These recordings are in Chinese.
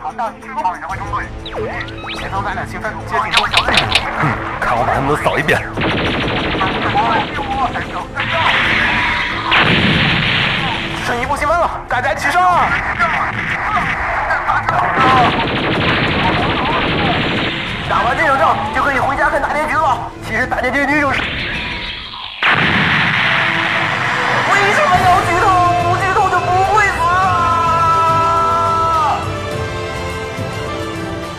好，到你这个方位指挥中队。前方咱俩清分，接近我小队。看我把他们都扫一遍。剩一步积分了，大家齐上！打完这场仗就可以回家看大结局了。其实大结局就是……为什么要剧透？不剧透就不会死啊！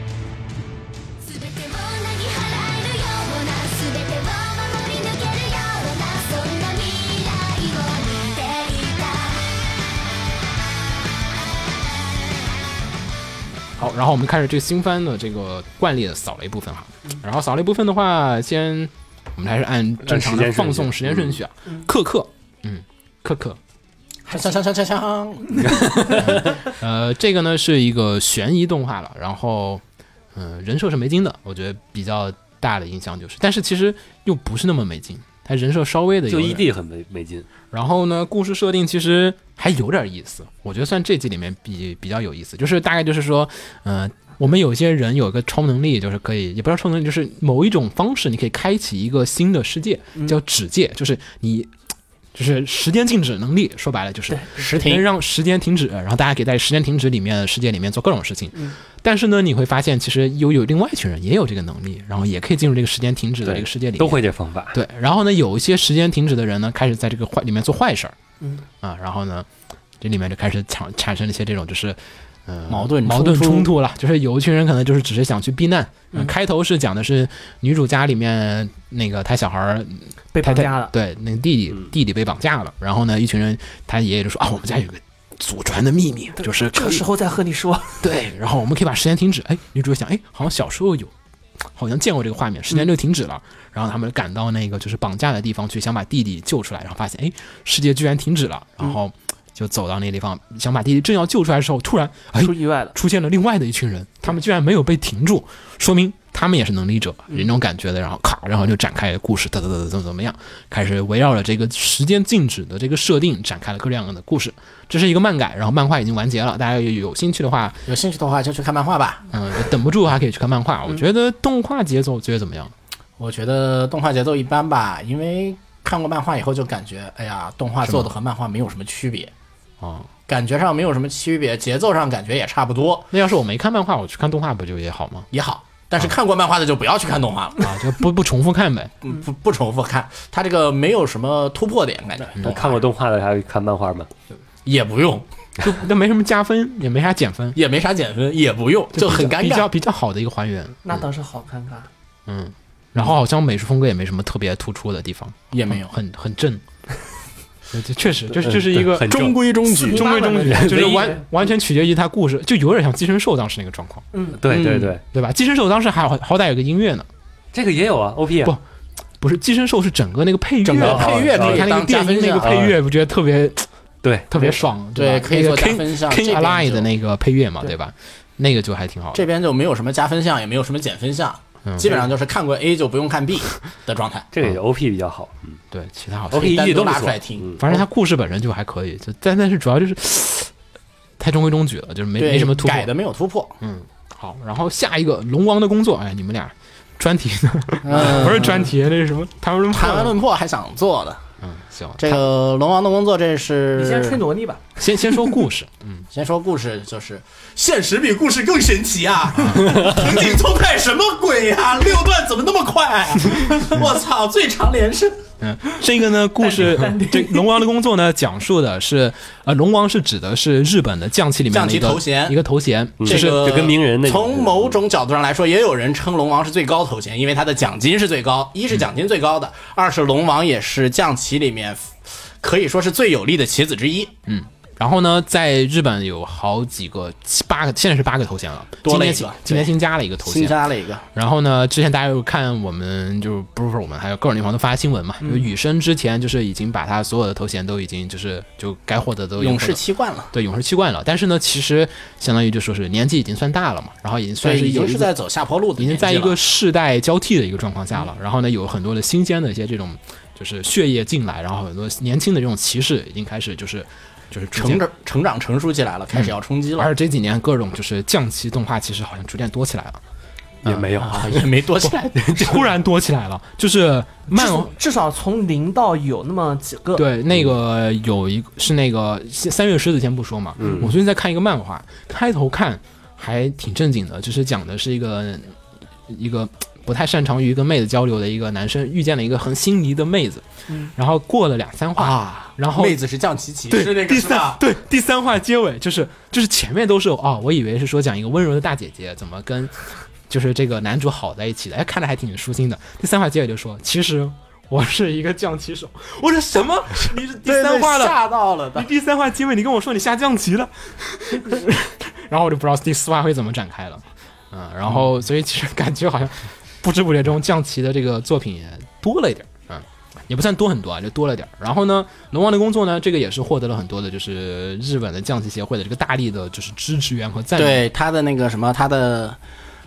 全てをなぎ払えるような全てを守り抜けるようなそんな未来を見ていた好，然后我们开始这个新番的这个惯例的扫雷部分哈。然后扫雷部分的话，先我们还是按正常的按时间顺序放送时间顺序啊。克克，嗯，克克，锵锵锵锵锵锵！呃，这个呢是一个悬疑动画了，然后嗯、人设是没金的，我觉得比较大的印象就是，但是其实又不是那么没金，他人设稍微的有就点异地很没没劲，然后呢，故事设定其实还有点意思，我觉得算这季里面比比较有意思，就是大概就是说，嗯、我们有些人有一个超能力，就是可以，也不知道超能力，就是某一种方式，你可以开启一个新的世界，叫指界，就是你。就是时间静止能力，说白了就是时能停让时间停止，然后大家可以在时间停止里面世界里面做各种事情。但是呢，你会发现其实又有另外一群人也有这个能力，然后也可以进入这个时间停止的这个世界里面。都会这方法。对，然后呢，有一些时间停止的人呢，开始在这个坏里面做坏事儿，嗯啊，然后呢，这里面就开始产产生了一些这种就是。呃矛盾矛盾冲突冲突了，就是有一群人可能就是只是想去避难。嗯开头是讲的是女主家里面那个她小孩儿被太绑太架了，对，那个弟嗯弟弟弟被绑架了，然后呢，一群人他爷爷就说啊，我们家有个祖传的秘密，就是可这以时候再和你 说， 对，然后我们可以把时间停止。哎，女主想，哎，好像小时候有，好像见过这个画面，嗯时间就停止了。然后他们赶到那个就是绑架的地方去，想把弟弟救出来，然后发现，哎，世界居然停止了。嗯然后就走到那个地方，想把弟弟正要救出来的时候，突然，哎，出意外了。出现了另外的一群人，他们居然没有被停住，说明他们也是能力者，嗯有那种感觉的。然后咔，然后就展开故事，哒哒哒哒怎么怎么样，开始围绕着这个时间静止的这个设定展开了各种各样的故事。这是一个漫改，然后漫画已经完结了，大家有兴趣的话，有兴趣的话就去看漫画吧。嗯，等不住还可以去看漫画。嗯我觉得动画节奏觉得怎么样？我觉得动画节奏一般吧，因为看过漫画以后就感觉，哎呀，动画做的和漫画没有什么区别，哦，感觉上没有什么区别，节奏上感觉也差不多，那要是我没看漫画，我去看动画不就也好吗？也好。但是看过漫画的就不要去看动画了，啊，就不不重复看呗。嗯不不重复看，它这个没有什么突破点，感觉那看过动画的还有看漫画吗？也不用，就那没什么加分，也没啥减分，也没啥减分，也不用，就很尴比较尬。比较好的一个还原。那倒是好尴尬。嗯，然后好像美术风格也没什么特别突出的地方，也没有很很正。对这确实，这嗯这是一嗯对个很正归中矩中规中矩，就是唯一完完全取决于它故事，就有点像《寄生兽》当时那个状况，对对对，对吧？《寄生兽》当时还好好歹有个音乐呢，这个也有啊，OP 啊不不是《寄生兽》是整个那个配乐，整个配乐可你以看那当个加电分音那个项，啊配乐，不觉得特别对，特别爽？对，吧可以那做个加 King 分项。这 King 边 Alive 的就那个配乐嘛，对吧？那个就还挺好的这。边就没有什么加分项，也没有什么减分项，嗯基本上就是看过 A 就不用看 B 的状态。这个也啊 OP 比较好对，其他好像，OP 单异独地都不拿出错来。听嗯反正它故事本身就还可以，就但但是主要就是太中规中矩了，就是没对，没什么突破改的。没有突 破。好，然后下一个龙王的工作，哎，你们俩专题呢？嗯不是专题，那是什么？谈完论谈完论，论破还想做的嗯，行，这个龙王的工作，这是你先吹萝莉吧，先先说故事，先说故事，就是现实比故事更神奇 啊！藤井聪太什么鬼呀、六段怎么那么快、 啊？我操，最长连胜。嗯， 这个呢，故事这龙王的工作呢，讲述的是，呃，龙王是指的是日本的将棋里面将的棋一个头衔一个头衔，嗯就这是个就跟名人那种从某种角度上来说，也有人称龙王是最高头衔，因为他的奖金是最高，一是嗯奖金最高的，二是龙王也是将棋里面可以说是最有力的棋子之一。嗯，然后呢，在日本有好几个七八个，现在是八个头衔了，多了一个今年对新今年新加了一个头新衔。加了一个，然后呢，之前大家有看我们就不是说我们，还有各种地方都发新闻嗯嘛，就雨生之前就是已经把他所有的头衔都已经就是就该获得的都已经勇获士得七冠了，对勇士七冠了，但是呢，其实相当于就说是年纪已经算大了嘛，然后已经所算是以已有经一是个在走下坡路的已经年纪了，嗯在一个世代交替的一个状况下了。然后呢，有很多的新鲜的一些这种就是血液进来，然后很多年轻的这种骑士已经开始就是就是逐渐成长、成长、成熟起来了，开嗯始要冲击了。而且这几年各种就是降级动画，其实好像逐渐多起来了，也没有，啊，也没多起来，突 然多起来了，就是呃漫至哦少至少从零到有那么几个，，对那个有一个是那个三三月狮子先不说嘛，我最近在看一个漫画，开头看还挺正经的，就是讲的是一个一个不太擅长于跟妹子交流的一个男生遇见了一个很心仪的妹子，然后过了两三话，啊，然后妹子是降旗骑对士那个第是三吧？对第三话结尾就是就是前面都是哦，我以为是说讲一个温柔的大姐姐怎么跟就是这个男主好在一起的，哎，看着还挺舒心的。第三话结尾就说，其实我是一个降旗手，我说什么？你是第对三对话了，吓到了你的，第三话结尾你跟我说你下降旗了， 然后我就不知道第四话会怎么展开了，嗯，然后所以其实感觉好像不知不觉中降旗的这个作品也多了一点儿，嗯。也不算多很多啊，就多了点儿。然后呢，龙王的工作呢，这个也是获得了很多的，就是日本的降旗协会的这个大力的，就是支持源和赞美。对他的那个什么，他的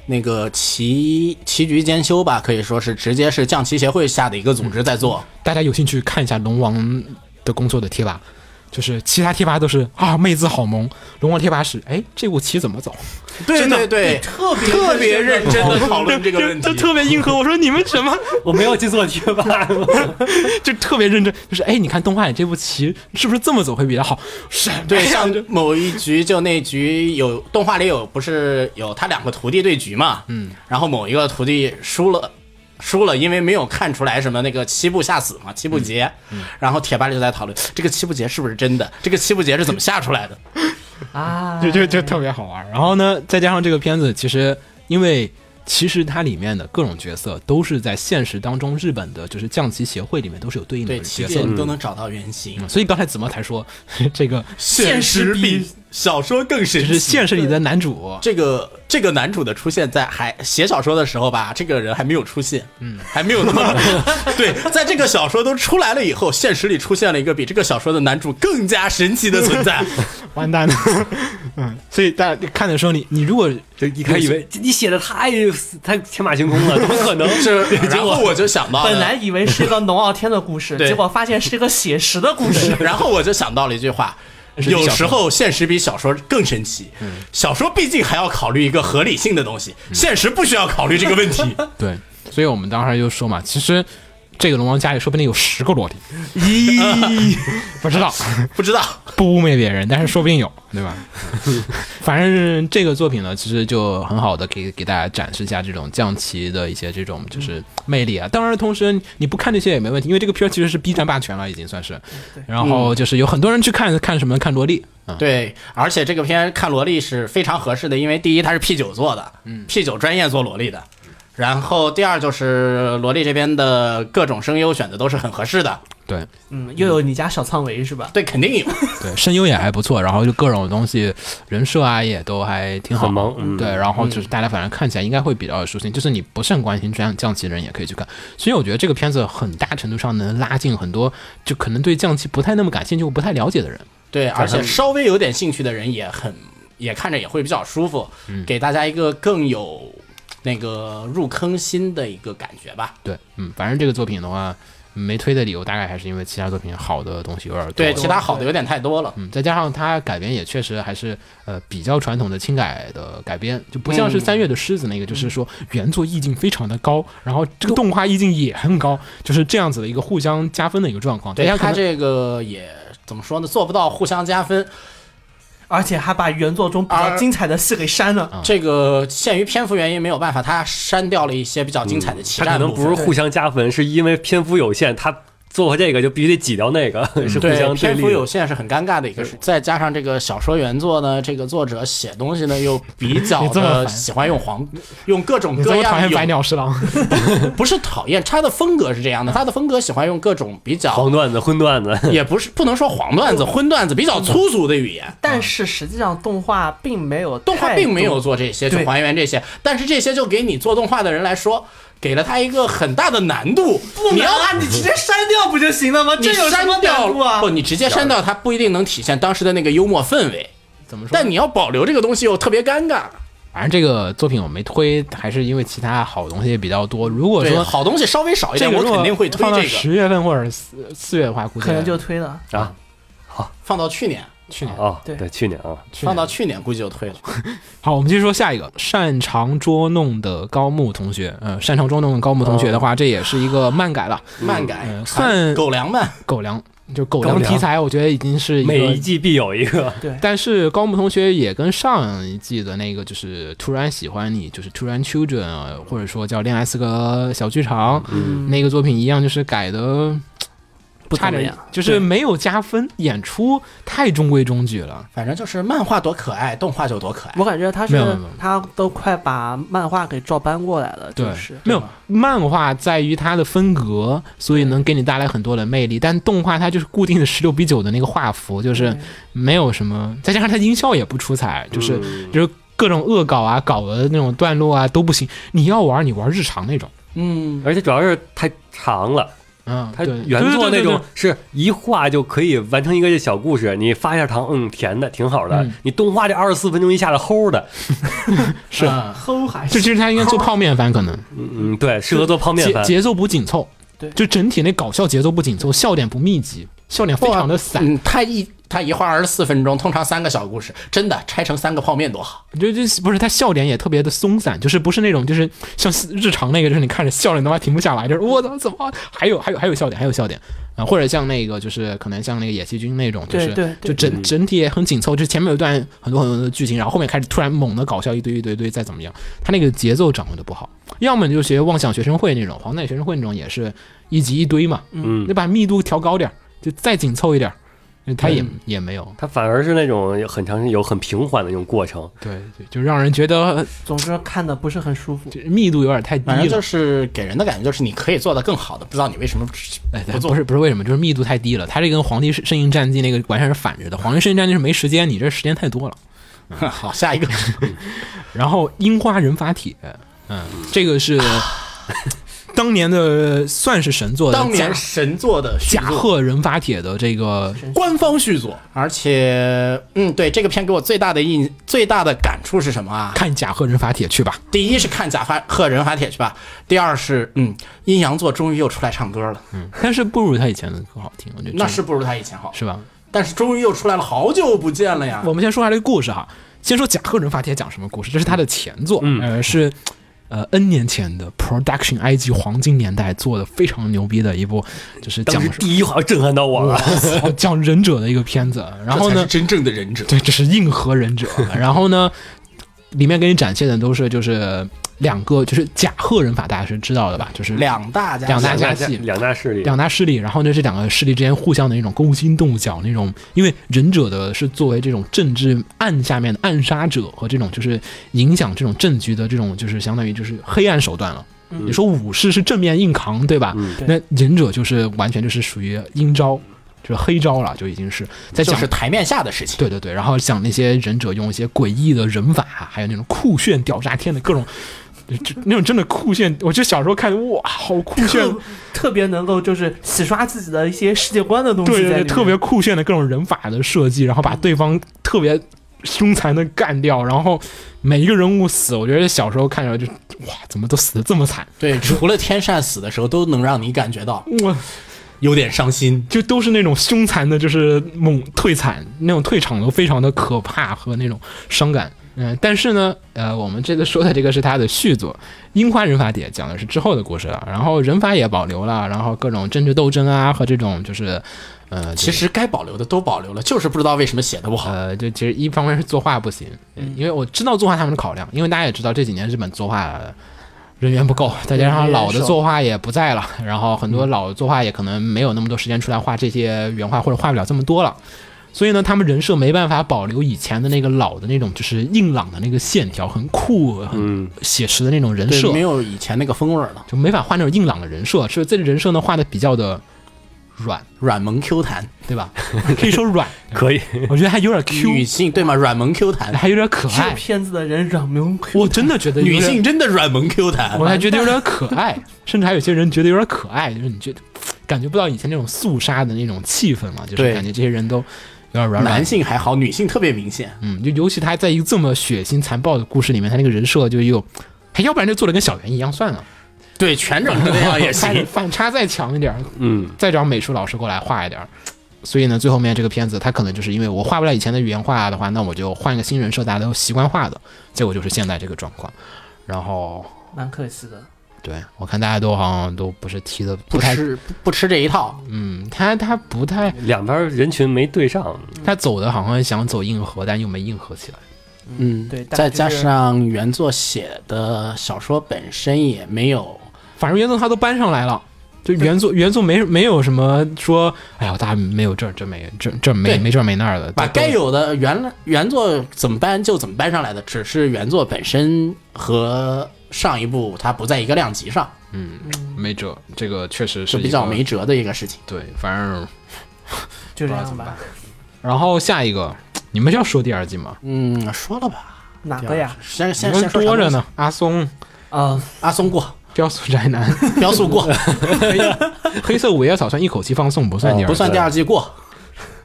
那个棋棋局兼修吧，可以说是直接是降旗协会下的一个组织在做。大家有兴趣看一下龙王的工作的贴吧，就是其他贴吧都是啊妹子好萌，龙王贴吧是哎这步棋怎么走，嗯对对对，特别特别认真地的 讨论这个就 问就题，特别硬核。我说你们什么？我没有进错啊贴吧，就特别认真，就是哎，你看动画里这步棋是不是这么走会比较好？是， 对，像某一局就那局有动画里有不是有他两个徒弟对局嘛，嗯，然后某一个徒弟输了。输了，因为没有看出来什么那个七步下死嘛，七步劫，然后铁吧里就在讨论这个七步劫是不是真的，这个七步劫是怎么下出来的？啊，就就就特别好玩。然后呢，再加上这个片子，其实因为其实它里面的各种角色都是在现实当中日本的，就是降级协会里面都是有对应的对，起角色点的。你都能找到原型。嗯所以刚才子墨才说这 个现实比小说更神就奇。是现实里的男主，这个这个男主的出现在还写小说的时候吧，这个人还没有出现，嗯，还没有那么对，在这个小说都出来了以后，现实里出现了一个比这个小说的男主更加神奇的存在，完蛋了。嗯，所以大家看的时候，你你如果就一开始以 为你写的太太天马行空了，怎么可能？是，对结然后果我就想到了本来以为是一个龙傲天的故事， 对。结果发现是一个写实的故事 然后我就想到了一句话。实比小说有时候现实比小说更神奇，小说毕竟还要考虑一个合理性的东西，现实不需要考虑这个问题。对，所以我们当时就说嘛，其实这个龙王家里说不定有十个裸体，咦， 不知道。不知道，不污蔑别人，但是说不定有，对吧？反正这个作品呢，其实就很好的给给大家展示一下这种降旗的一些这种就是魅力啊。当然，同时你不看这些也没问题，因为这个片儿其实是 B 站霸权了，已经算是。然后就是有很多人去看看什么看萝莉啊，对，而且这个片看萝莉是非常合适的，因为第一它是 P 九做的，嗯，P 九专业做萝莉的，然后第二就是萝莉这边的各种声优选的都是很合适的，对嗯，又有你家小苍维是吧？对，肯定 有，对，声优也还不错，然后就各种东西人设啊也都还挺好很。萌，嗯，对，然后就是大家反正看起来应该会比较舒心，就是你不是很关心这样降旗的人也可以去看。所以我觉得这个片子很大程度上能拉近很多就可能对降旗不太那么感兴趣、或不太了解的人。对，而且稍微有点兴趣的人也很也看着也会比较舒服，给大家一个更有那个入坑新的一个感觉吧。对，嗯，反正这个作品的话，没推的理由大概还是因为其他作品好的东西有点多。对，其他好的有点太多了。嗯，再加上它改编也确实还是呃比较传统的轻改的改编，就不像是嗯三月的狮子那个，就是说原作意境非常的高，然后这个动画意境也很高，就是这样子的一个互相加分的一个状况。对大家可他能这个也怎么说呢，做不到互相加分，而且还把原作中比较而精彩的戏给删了。这个限于篇幅原因没有办法，他删掉了一些比较精彩的他嗯奇可战能部不是分。互相加分，是因为篇幅有限，他做过这个就必须得挤掉那个，嗯是互相篇立幅的有限是很尴尬的一个事，再加上这个小说原作呢，这个作者写东西呢又比较你这么的烦喜欢用黄，用各种你这各么讨样厌百有鸟侍 郎，不是讨厌，他的风格是这样的，他的风格喜欢用各种比较黄段子、荤段子，也不是不能说黄段子、荤段子，比较粗俗的语言。但是实际上动画并没有太多，动画并没有做这些去对还原这些，但是这些就给你做动画的人来说，给了他一个很大的难度。你要啊，你直接删掉不就行了吗？这你有什删么难掉度啊不，？你直接删掉，它不一定能体现当时的那个幽默氛围。怎么说？但你要保留这个东西又特别尴尬。反正这个作品我没推，还是因为其他好东西也比较多。如果对，说好东西稍微少一这点，个我如果肯定会推放到这个。十月份或者四四月的话，估计可能就推了。放到去年，去年。啊，对对，去年啊，去放年到去年估计就退了。好，我们继续说下一个擅长捉弄的高木同学。呃，擅长捉弄的高木同学的哦话，这也是一个漫改了，漫改嗯算狗粮漫，狗粮就狗粮狗粮题材，我觉得已经是一每个一季必有一个，但是高木同学也跟上一季的那个，就是突然喜欢你，就是突然 children，呃或者说叫恋爱四个小剧场、嗯那个作品一样，就是改的不差怎么点样，就是没有加分，演出太中规中矩了。反正就是漫画多可爱，动画就多可爱。我感觉他是没有没有没有他都快把漫画给照搬过来了，对，就是没有漫画在于它的风格，所以能给你带来很多的魅力。但动画它就是固定的十六比九的那个画幅，就是没有什么，再加上它音效也不出彩，就是、嗯就是各种恶搞啊、搞的那种段落啊都不行。你要玩，你玩日常那种，嗯，而且主要是太长了。嗯，它对原作对那对对对种是一画就可以完成一个小故事，你发一下糖，嗯，甜的，挺好的嗯。你动画这二十四分钟一下子齁的，是嗯齁还就其实它应该做泡面番，可能嗯，对，适合做泡面节番。节奏不紧凑，对就整体那搞笑节奏不紧凑，笑点不密集，笑点非常的散。嗯，他一他一画二十四分钟，通常三个小故事，真的拆成三个泡面多好。就就不是他笑点也特别的松散，就是不是那种就是像日常那个，就是你看着笑着你他妈停不下来，就是我操怎么还有还有还有笑点还有笑点啊、或者像那个就是可能像那个野崎君那种，就是对就对对整整体也很紧凑，就前面有一段很多很多的剧情，然后后面开始突然猛的搞笑一堆一堆一堆再怎么样，他那个节奏掌握的不好，要么你就学妄想学生会那种黄带学生会那种也是一集一堆嘛，嗯你把密度调高点儿，就再紧凑一点儿，他也、也没有，它反而是那种有很长、有很平缓的那种过程，对，就就让人觉得总之看的不是很舒服。就密度有点太低反正了就。是给人的感觉就是你可以做的更好的，不知道你为什么 哎，不不做不是不是为什么，就是密度太低了。它这跟《皇帝圣印战记》那个完全是反着的，《皇帝圣印战记》是没时间，你这时间太多了。不。好，下一个然后《樱花人法帖》，嗯，这个 是当年的算是神作的，当年甲神作的续甲作贺人法帖的这个官方续作，而且，嗯，对这个片给我最大的印最大的感触是什么啊？看甲贺人法帖去吧。第一是看甲发贺人法帖去吧，第二是，嗯，阴阳座终于又出来唱歌了，嗯，但是不如他以前的歌好听，我觉得那真是不如他以前好，是吧？但是终于又出来了，好久不见了呀。啊我们先说下这个故事哈。先说《甲贺人法帖》讲什么故事？这是他的前作，嗯呃，是呃 N 年前的 Production IG 黄金年代做的非常牛逼的一部，就是当讲时第一话震撼到我了。操 讲忍者的一个片子。然后这才呢是，真正的忍者，对，这是硬核忍者。 然后呢，里面给你展现的都是就是两个就是甲贺人法，大家是知道的吧？就是两大家两大家两戏 两大势力，两大势力，然后呢，这两个势力之间互相的那种勾心斗角，那种因为忍者的是作为这种政治暗下面的暗杀者和这种就是影响这种政局的这种就是相当于就是黑暗手段了。嗯你说武士是正面硬扛，对吧？嗯那忍者就是完全就是属于阴招，就是黑招了，就已经是在就讲是台面下的事情。对对对，然后讲那些忍者用一些诡异的忍法，还有那种酷炫屌炸天的各种，就就那种真的酷炫。我就小时候看，哇，好酷炫特！特别能够就是洗刷自己的一些世界观的东西对在里对，面，特别酷炫的各种忍法的设计，然后把对方特别凶残的干掉，然后每一个人物死，我觉得小时候看着就哇，怎么都死的这么惨， 对，除了天善死的时候，都能让你感觉到我有点伤心。就都是那种凶残的，就是猛退惨，那种退场都非常的可怕和那种伤感。嗯，但是呢，呃，我们这次说的这个是他的续作《樱花人法帖》，讲的是之后的故事了。然后人法也保留了，然后各种政治斗争啊和这种就是，呃，其实该保留的都保留了，就是不知道为什么写的不好。呃，就其实一嗯方面是作画不行，因为我知道作画他们的考量，因为大家也知道这几年日本作画人员不够，再加上老的人手作画也不在了，嗯然后很多老的作画也可能没有那么多时间出来画这些原画，或者画不了这么多了。所以呢，他们人设没办法保留以前的那个老的那种，就是硬朗的那个线条，很酷、嗯很写实的那种人设，嗯对，没有以前那个风味儿了，就没法画那种硬朗的人设。所以这个人设呢，画的比较的软，软萌 Q 弹，对 吧？可以说软，可以，我觉得还有点 Q，女性对吗？软萌 Q 弹，还有点可只有爱。骗子的人软萌 Q 我真的觉得有女点性真的软萌 Q 弹我，还觉得有点可爱， 甚至还有些人觉得有点可爱，就是你觉得感觉不到以前那种肃杀的那种气氛了，就是对感觉这些人都有点软软男。性还好，女性特别明显。嗯，就尤其他在一个这么血腥残暴的故事里面，他那个人设就又，还要不然就做的跟小圆一样算了， 对，全整成那 样也反行。反差再强一点儿，嗯，再找美术老师过来画一点儿。所以呢，最后面这个片子，他可能就是因为我画不了以前的原画的话，那我就换一个新人设，大家都习惯画的，结果就是现在这个状况。然后，蛮可惜的。对我看大家都好像都不是踢的不 不太吃不不吃这一套，嗯，他他不太，两边人群没对上，他走的好像想走硬核，但又没硬核起来。嗯，对但再就加是上原作写的小说本身也没有，反正原作他都搬上来了，就原作原作没没有什么说，哎呀，大家没有这儿这没这这没对没这儿没那儿的，把都该有的原原作怎么搬就怎么搬上来的，只是原作本身和上一部它不在一个量级上，没辙，这个确实是是一比较个没辙的一个事情。对，反正就这不知道怎样么办吧，然后下一个，你们要说第二季吗？嗯，说了吧，啊哪个呀？先你先们先说啥多着东西。呢，阿松、啊，阿松过， 雕塑宅男、 雕塑过，黑色五叶草算一口气放送，不算第二季，哦不算第二季过。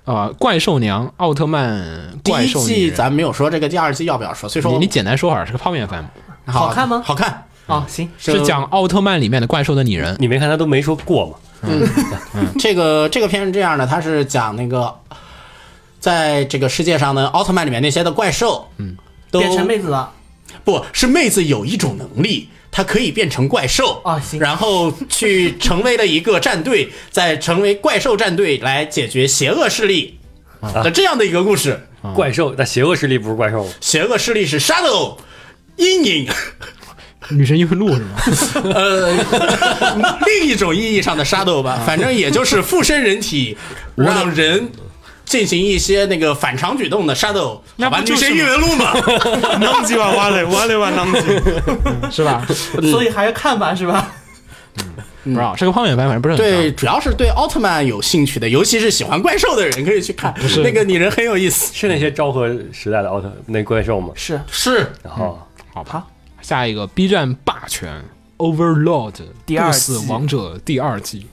啊、怪兽娘、奥特曼、第怪一兽女季人咱没有说，这个第二季要不要说？所以说你你简单说会儿，是个泡面番吗？好看吗好看，嗯哦，行，是讲奥特曼里面的怪兽的拟人，你没看他都没说过吗？这个这个片是这样的，它是讲那个在这个世界上呢，奥特曼里面那些的怪兽，嗯，都变成妹子了。不是妹子有一种能力，她可以变成怪兽哦行然后去成为了一个战队，再成为怪兽战队来解决邪恶势力啊的这样的一个故事。哦怪兽，那邪恶势力不是怪兽吗？邪恶势力是 Shadow 阴影，女神异闻录是吗？呃，另一种意义上的 Shadow 吧，反正也就是附身人体，让人。进行一些那个反常举动的 Shadow，好吧，不就女是神异闻录嘛，南极娃娃嘞，娃嘞娃南极。是吧？所以还要看吧，是吧？嗯不知道是个泡面番，反正不是很对，主要是对奥特曼有兴趣的，尤其是喜欢怪兽的人可以去看，那个拟人很有意思。是那些昭和时代的奥特那怪兽吗？是是然后好吧。下一个 B 站霸权 Overlord 第二不季死王者第二季，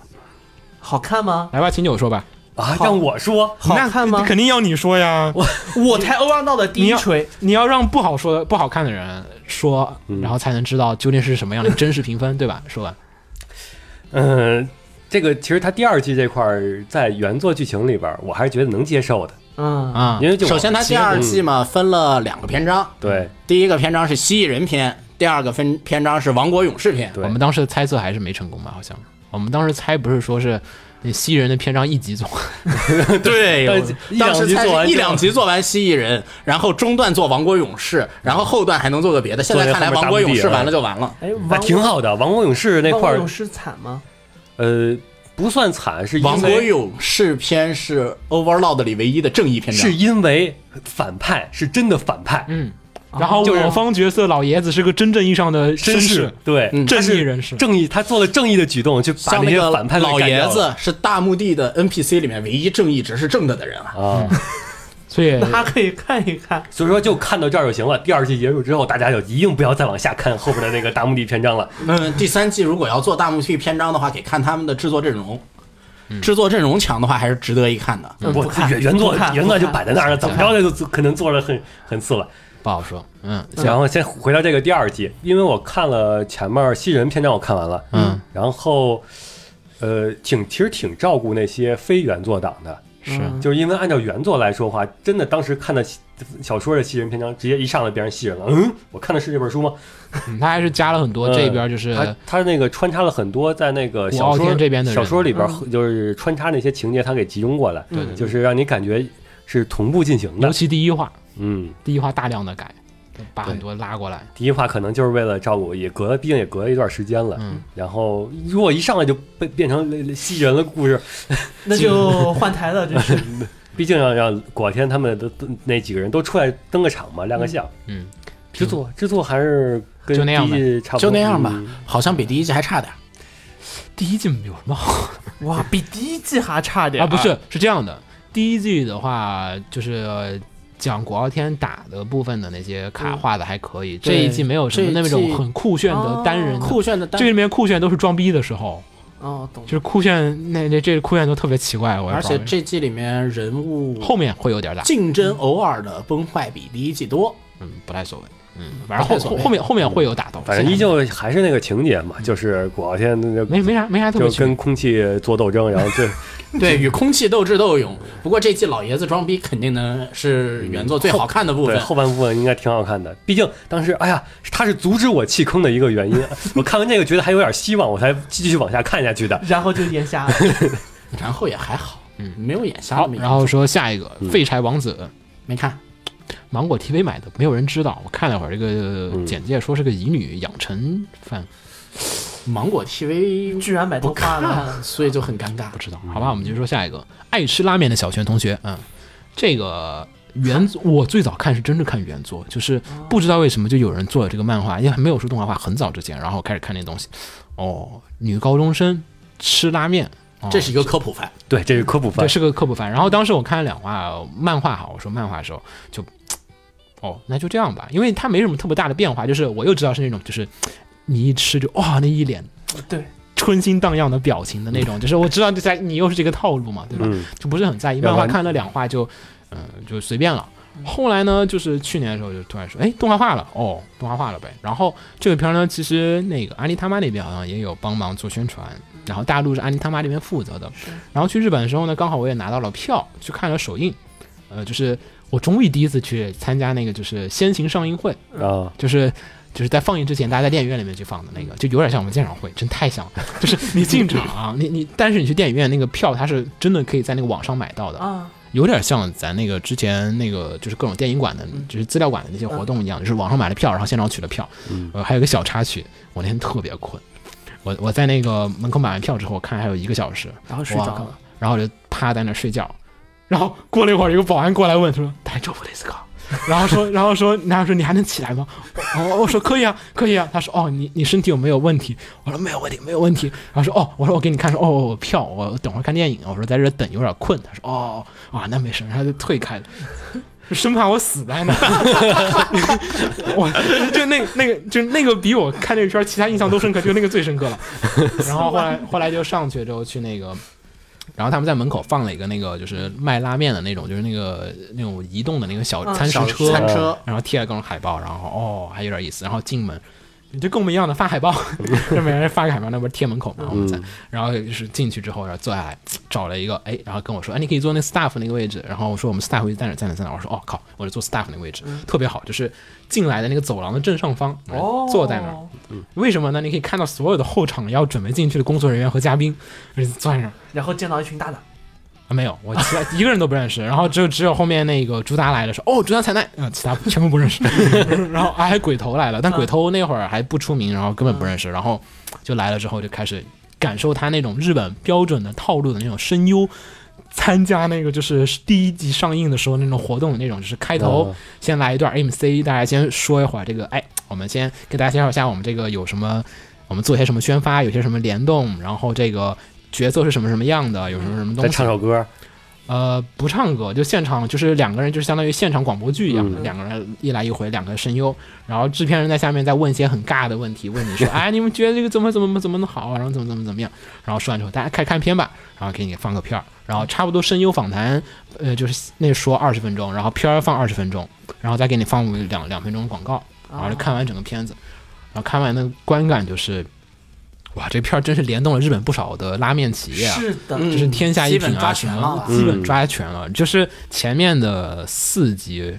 好看吗？来吧，秦九说吧，啊，让我说，好看吗？肯定要你说呀，我才欧让到的第你一要锤，你要让不好说的不好看的人说，然后才能知道究竟是什么样的真实评分，对吧？说完，嗯，这个其实他第二季这块儿在原作剧情里边儿，我还是觉得能接受的，嗯，啊因为就首先它第二季嘛分了两个篇章，对第一个篇章是蜥蜴人篇，第二个分篇章是王国勇士篇。对我们当时的猜测还是没成功吧？好像我们当时猜不是说是那蜥蜴人的篇章一集总， 对呃我一当时两集才做完是一就两集做完蜥蜴人，然后中段做王国勇士，然后后段还能做个别的。现在做那看来后面王国勇士 WD 完了就完了。哎，啊王挺好的。王国勇士那王块国儿勇，士惨吗？呃，不算惨，是因为王国勇士篇是 Overlord 里唯一的正义篇章是。因为反派是真的反派，嗯，然后哦就是我方角色老爷子是个真正意义上的绅绅士士，对，嗯他是正义人士正义，他做了正义的举动，去把像那那些个反派都老干掉爷了子是大墓地的 NPC 里面唯一正义值是正的的人啊。啊。所以大家可以看一看。所以说就看到这儿就行了。第二季结束之后，大家就一定不要再往下看后边的那个大墓地篇章了。嗯，第三季如果要做大幕剧篇章的话，得看他们的制作阵容。嗯制作阵容强的话，还是值得一看的。嗯我不看原原作不看原作就摆在那儿了，怎么着的就就可能做的很很次了。不好说，嗯，然后先回到这个第二季，因为我看了前面新人篇章，我看完了，嗯，然后呃，挺其实挺照顾那些非原作党的，是嗯就是因为按照原作来说的话，真的当时看的小小说的新人篇章，直接一上来变成新人了。嗯，我看的是这本书吗？嗯他还是加了很多这边就是他他那个穿插了很多在那个古小傲说天这边的人嗯小说里边，就是穿插那些情节，他给集中过来，就是让你感觉是同步进行尤的。其第一话，嗯，第一话大量的改，把很多拉过来。第一话可能就是为了照顾，也隔毕竟也隔了一段时间了。嗯然后如果一上来就被变成吸人了故事，那就 换台了，真是。毕竟要让古天他们的那几个人都出来登个场嘛，亮个相。嗯，制作制作还是跟就那样呗第一季差不多，就那样吧嗯，好像比第一季还差点儿。第一季有什么好哇，比第一季还差点啊？不是，是这样的，第一季的话就是。讲古傲天打的部分的那些卡画的还可以，这一季没有什么嗯这一那种季很酷炫的哦单人的酷炫的单这，里面酷炫都是装逼的时候，哦，懂就。是酷炫那那这酷炫都特别奇怪，我也而不知道且为什么这季里面人物后面会有点大，竞争偶尔的崩坏比第一季多。嗯，不太所谓，嗯，反正后不太所后谓嗯后面后面会有打斗，反正依旧还是那个情节嘛，就是古傲天那没没啥没啥特就别就跟空气做斗争，然后最对，与空气斗智斗勇。不过这季老爷子装逼肯定能是原作最好看的部对分。后半部分应该挺好看的。毕竟当时哎呀，他是阻止我弃坑的一个原因。我看完这个觉得还有点希望，我才继续往下看下去的。然后就眼瞎了，然后也还好，嗯，没嗯有眼瞎好那，么严然后说下一个废柴王子，没看，芒果 TV 买的，没有人知道。我看了会儿这个嗯简介，说是个乙女养成番，芒果 TV 居然买不头发了。看，所以就很尴尬不。知道。嗯好吧，我们就说下一个爱吃拉面的小泉同学，嗯，这个。原作我最早看是真是看原作，就是不知道为什么就有人做了这个漫画，因为还没有出动画化，很早之前，然后开始看这东西。哦，女高中生吃拉面，哦这是一个科普番，对，这是科普番对，，是个科普番。然后当时我看了两话漫画，哈，我说漫画的时候就，哦，那就这样吧，因为它没什么特别大的变化，就是我又知道是那种就是你一吃就哇、那一脸 对，春心荡漾的表情的那种，就是我知道这在你又是这个套路嘛，对吧？嗯就不是很在意。要漫不然嗯画看了两话就，嗯、就随便了。后来呢，就是去年的时候，就突然说，哎，动画化了，哦，动画化了呗。然后这个片儿呢，其实那个阿尼他妈那边好像也有帮忙做宣传，嗯然后大陆是阿尼他妈这边负责的。然后去日本的时候呢，刚好我也拿到了票，去看了首映。呃，就是我终于第一次去参加那个就是先行上映会，啊，就是就是在放映之前，大家在电影院里面去放的那个，就有点像我们鉴赏会，真太像了。就是 你进场，你你，但是你去电影院那个票，它是真的可以在那个网上买到的，啊，有点像咱那个之前那个就是各种电影馆的，嗯就是资料馆的那些活动一样，就是网上买了票，然后现场取了票。嗯呃，还有一个小插曲，我那天特别困，我我在那个门口买完票之后，看还有一个小时，然后睡着了。然后我就趴在那儿睡觉。然后过了一会儿，一个保安过来问说：“大丈夫ですか？”然后说，然后说，然后说你还能起来吗？我我我说可以啊，可以啊。他说哦，你你身体有没有问题？我说没有问题，没有问题。然后说哦，我说我给你看说哦，我票，我等会儿看电影。啊我说在这等有点困。他说哦哦啊，那没事。然后他就退开了，就 生怕我死在那。 我就那那个就那个比我看这个片儿其他印象都深刻，就那个最深 刻了。然后后来后来就上去之后去那个。然后他们在门口放了一个那个就是卖拉面的那种，就是那个那种移动的那个小餐食嗯小车，哦餐车然后贴了各种海报，然后哦还有点意思，然后进门。你就跟我们一样的发海报， 就每人发个海报，那不是贴门口嘛？我们在，然后就是进去之后，然后坐下来找了一个，哎，然后跟我说，哎，你可以坐那 staff 那个位置。然后我说我们 staff 位置在哪在哪在哪？我说哦靠，我就坐 staff 那个位置，特别好，就是进来的那个走廊的正上方，哎哦，坐在那儿。为什么呢？你可以看到所有的后场要准备进去的工作人员和嘉宾，就是坐在那儿。然后见到一群大佬，啊，没有，我其他一个人都不认识，然后只有只有后面那个朱达来了，说哦，朱达彩奈，啊、其他全部不认识，然后啊还鬼头来了，但鬼头那会儿还不出名，然后根本不认识，然后就来了之后就开始感受他那种日本标准的套路的那种声优。参加那个就是第一集上映的时候那种活动的那种，就是开头嗯先来一段 MC，大家先说一会儿这个，哎，我们先给大家介绍一下我们这个有什么，我们做些什么宣发，有些什么联动，然后这个角色是什么什么样的，有什么什么东再西，唱首歌，呃，不唱歌，就现场，就是两个人，就是相当于现场广播剧一样的，嗯两个人一来一回，两个声优，然后制片人在下面在问一些很尬的问题，问你说，哎，你们觉得这个怎么怎么怎么好，然后怎么怎么怎么样，然后说完之后，大家快看片吧，然后给你放个片儿，然后差不多声优访谈，呃，就是那说二十分钟，然后片儿放二十分钟，然后再给你放两两分钟广告，啊然后就啊看完整个片子，然后看完的观感就是，哇，这片儿真是联动了日本不少的拉面企业啊，是的，嗯就是天下一品基本啊，抓什全么了基本抓全了。就是前面的四集，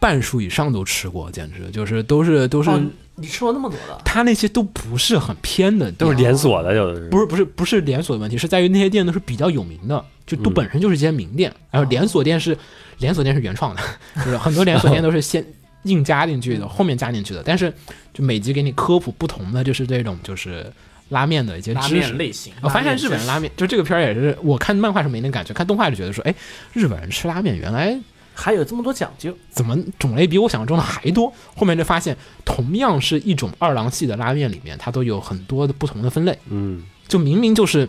半数以上都吃过，简直就是都是都是哦，你吃过那么多了，他那些都不是很偏的，都是连锁的，有的是不是不是不是连锁的问题，是在于那些店都是比较有名的，就都 嗯本身就是一些名店，然后连锁店是连锁店是原创的，就是很多连锁店都是先硬加进去的，后面加进去的。但是就每集给你科普不同的，就是这种就是拉面的一些拉知面识。类型，我发现知日本人识拉面，就这个片儿也是我看漫画是没那感觉，看动画就觉得说，哎，日本人吃拉面原来还有这么多讲究，怎么种类比我想象中的还多？后面就发现，同样是一种二郎系的拉面里面，它都有很多的不同的分类。嗯，就明明就是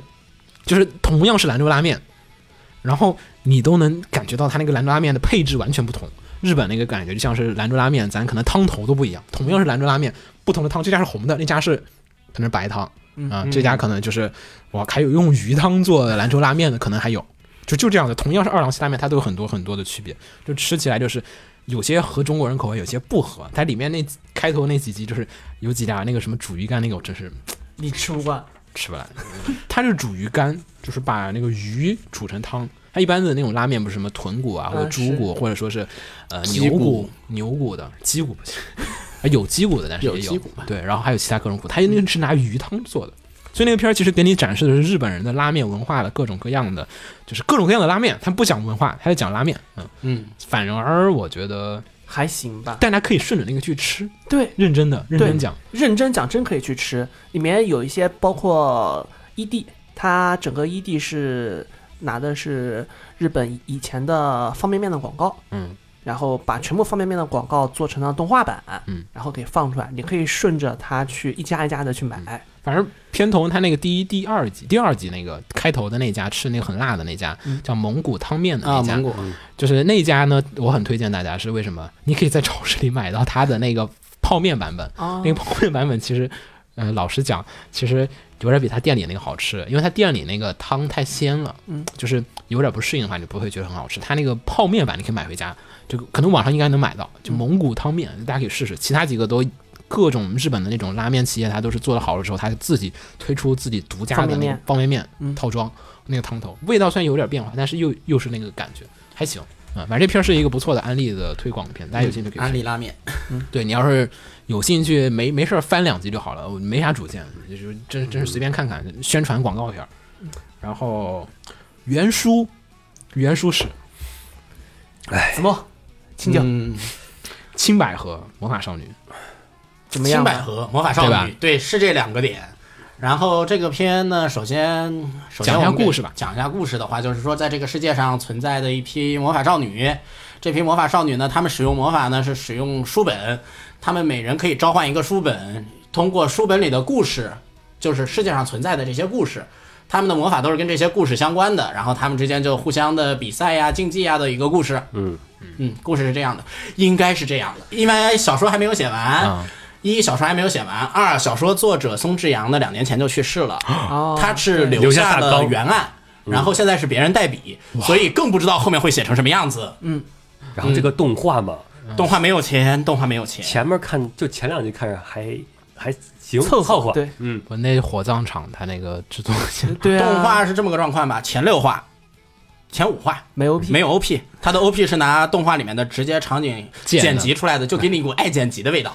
就是同样是兰州拉面，然后你都能感觉到它那个兰州拉面的配置完全不同。日本那个感觉就像是兰州拉面，咱可能汤头都不一样。同样是兰州拉面，不同的汤，这家是红的，那家是可能是白汤啊、这家可能就是哇，还有用鱼汤做的兰州拉面的，可能还有就就这样的。同样是二郎系拉面，它都有很多很多的区别，就吃起来就是有些合中国人口味，有些不合。它里面那开头那几集就是有几家那个什么煮鱼干那个，我真是你吃不惯。吃不来。它是煮鱼干，就是把那个鱼煮成汤。它一般的那种拉面不是什么豚骨啊，或者猪骨，或者说是呃鸡牛骨骨、牛骨的，鸡骨不行，啊有鸡骨的，但是也有鸡骨吧对，然后还有其他各种骨，它那个是拿鱼汤做的。所以那个片儿其实给你展示的是日本人的拉面文化的各种各样的，就是各种各样的拉面，它不讲文化，它就讲拉面，嗯，嗯，反而我觉得还行吧，大家可以顺着那个去吃，对，认真的认真对讲，认真讲，真可以去吃。里面有一些包括伊地，它整个伊地是拿的是日本以前的方便面的广告，嗯，然后把全部方便面的广告做成了动画版，嗯，然后给放出来，你可以顺着它去一家一家的去买。嗯反正片头他那个第一、第二集、第二集那个开头的那家吃那个很辣的那家，叫蒙古汤面的那嗯啊，家，蒙古就是那家呢，我很推荐大家，是为什么？你可以在超市里买到它的那个泡面版本，哦那个泡面版本其实，呃，老实讲，其实有点比他店里那个好吃，因为他店里那个汤太鲜了，嗯，就是有点不适应的话，你不会觉得很好吃。他那个泡面版你可以买回家，就可能网上应该能买到，嗯就蒙古汤面，大家可以试试。其他几个都各种日本的那种拉面企业，它都是做的好了之后，它自己推出自己独家的方那便个面方便面嗯套装，那个汤头味道虽然有点变化，但是又又是那个感觉，还行。嗯，反正这片儿是一个不错的安利的推广片，大家有兴趣可以看安。利拉面，对你要是有兴趣，没没事儿翻两集就好了，我没啥主见，就是真真是随便看看宣传广告片儿。然后原书，原书史子墨，请讲、嗯，青百合魔法少女，怎么青样啊？百合、魔法少对吧女，对，是这两个点。然后这个片呢，首先首先讲一下我们给故事吧讲一下故事的话，就是说在这个世界上存在的一批魔法少女，这批魔法少女呢，她们使用魔法呢是使用书本，她们每人可以召唤一个书本，通过书本里的故事，就是世界上存在的这些故事。她们的魔法都是跟这些故事相关的，然后她们之间就互相的比赛呀、竞技啊呀的一个故事。嗯嗯，故事是这样的，应该是这样的，因为小说还没有写完，嗯一小说还没有写完，二小说作者松志阳呢两年前就去世了，哦他是留留下下大了纲原案，然后现在是别人代笔，所以更不知道后面会写成什么样子。然后这个动画嘛，动画没有钱，动画没有钱，前面看就前两集看着还还行，凑合凑合，对，嗯，我那火葬场它那个制作对啊，动画是这么个状况吧？前六话，前五话。没 OP，没有 OP，他的 OP 是拿动画里面的直接场景剪的剪辑出来的，就给你一股爱剪辑的味道。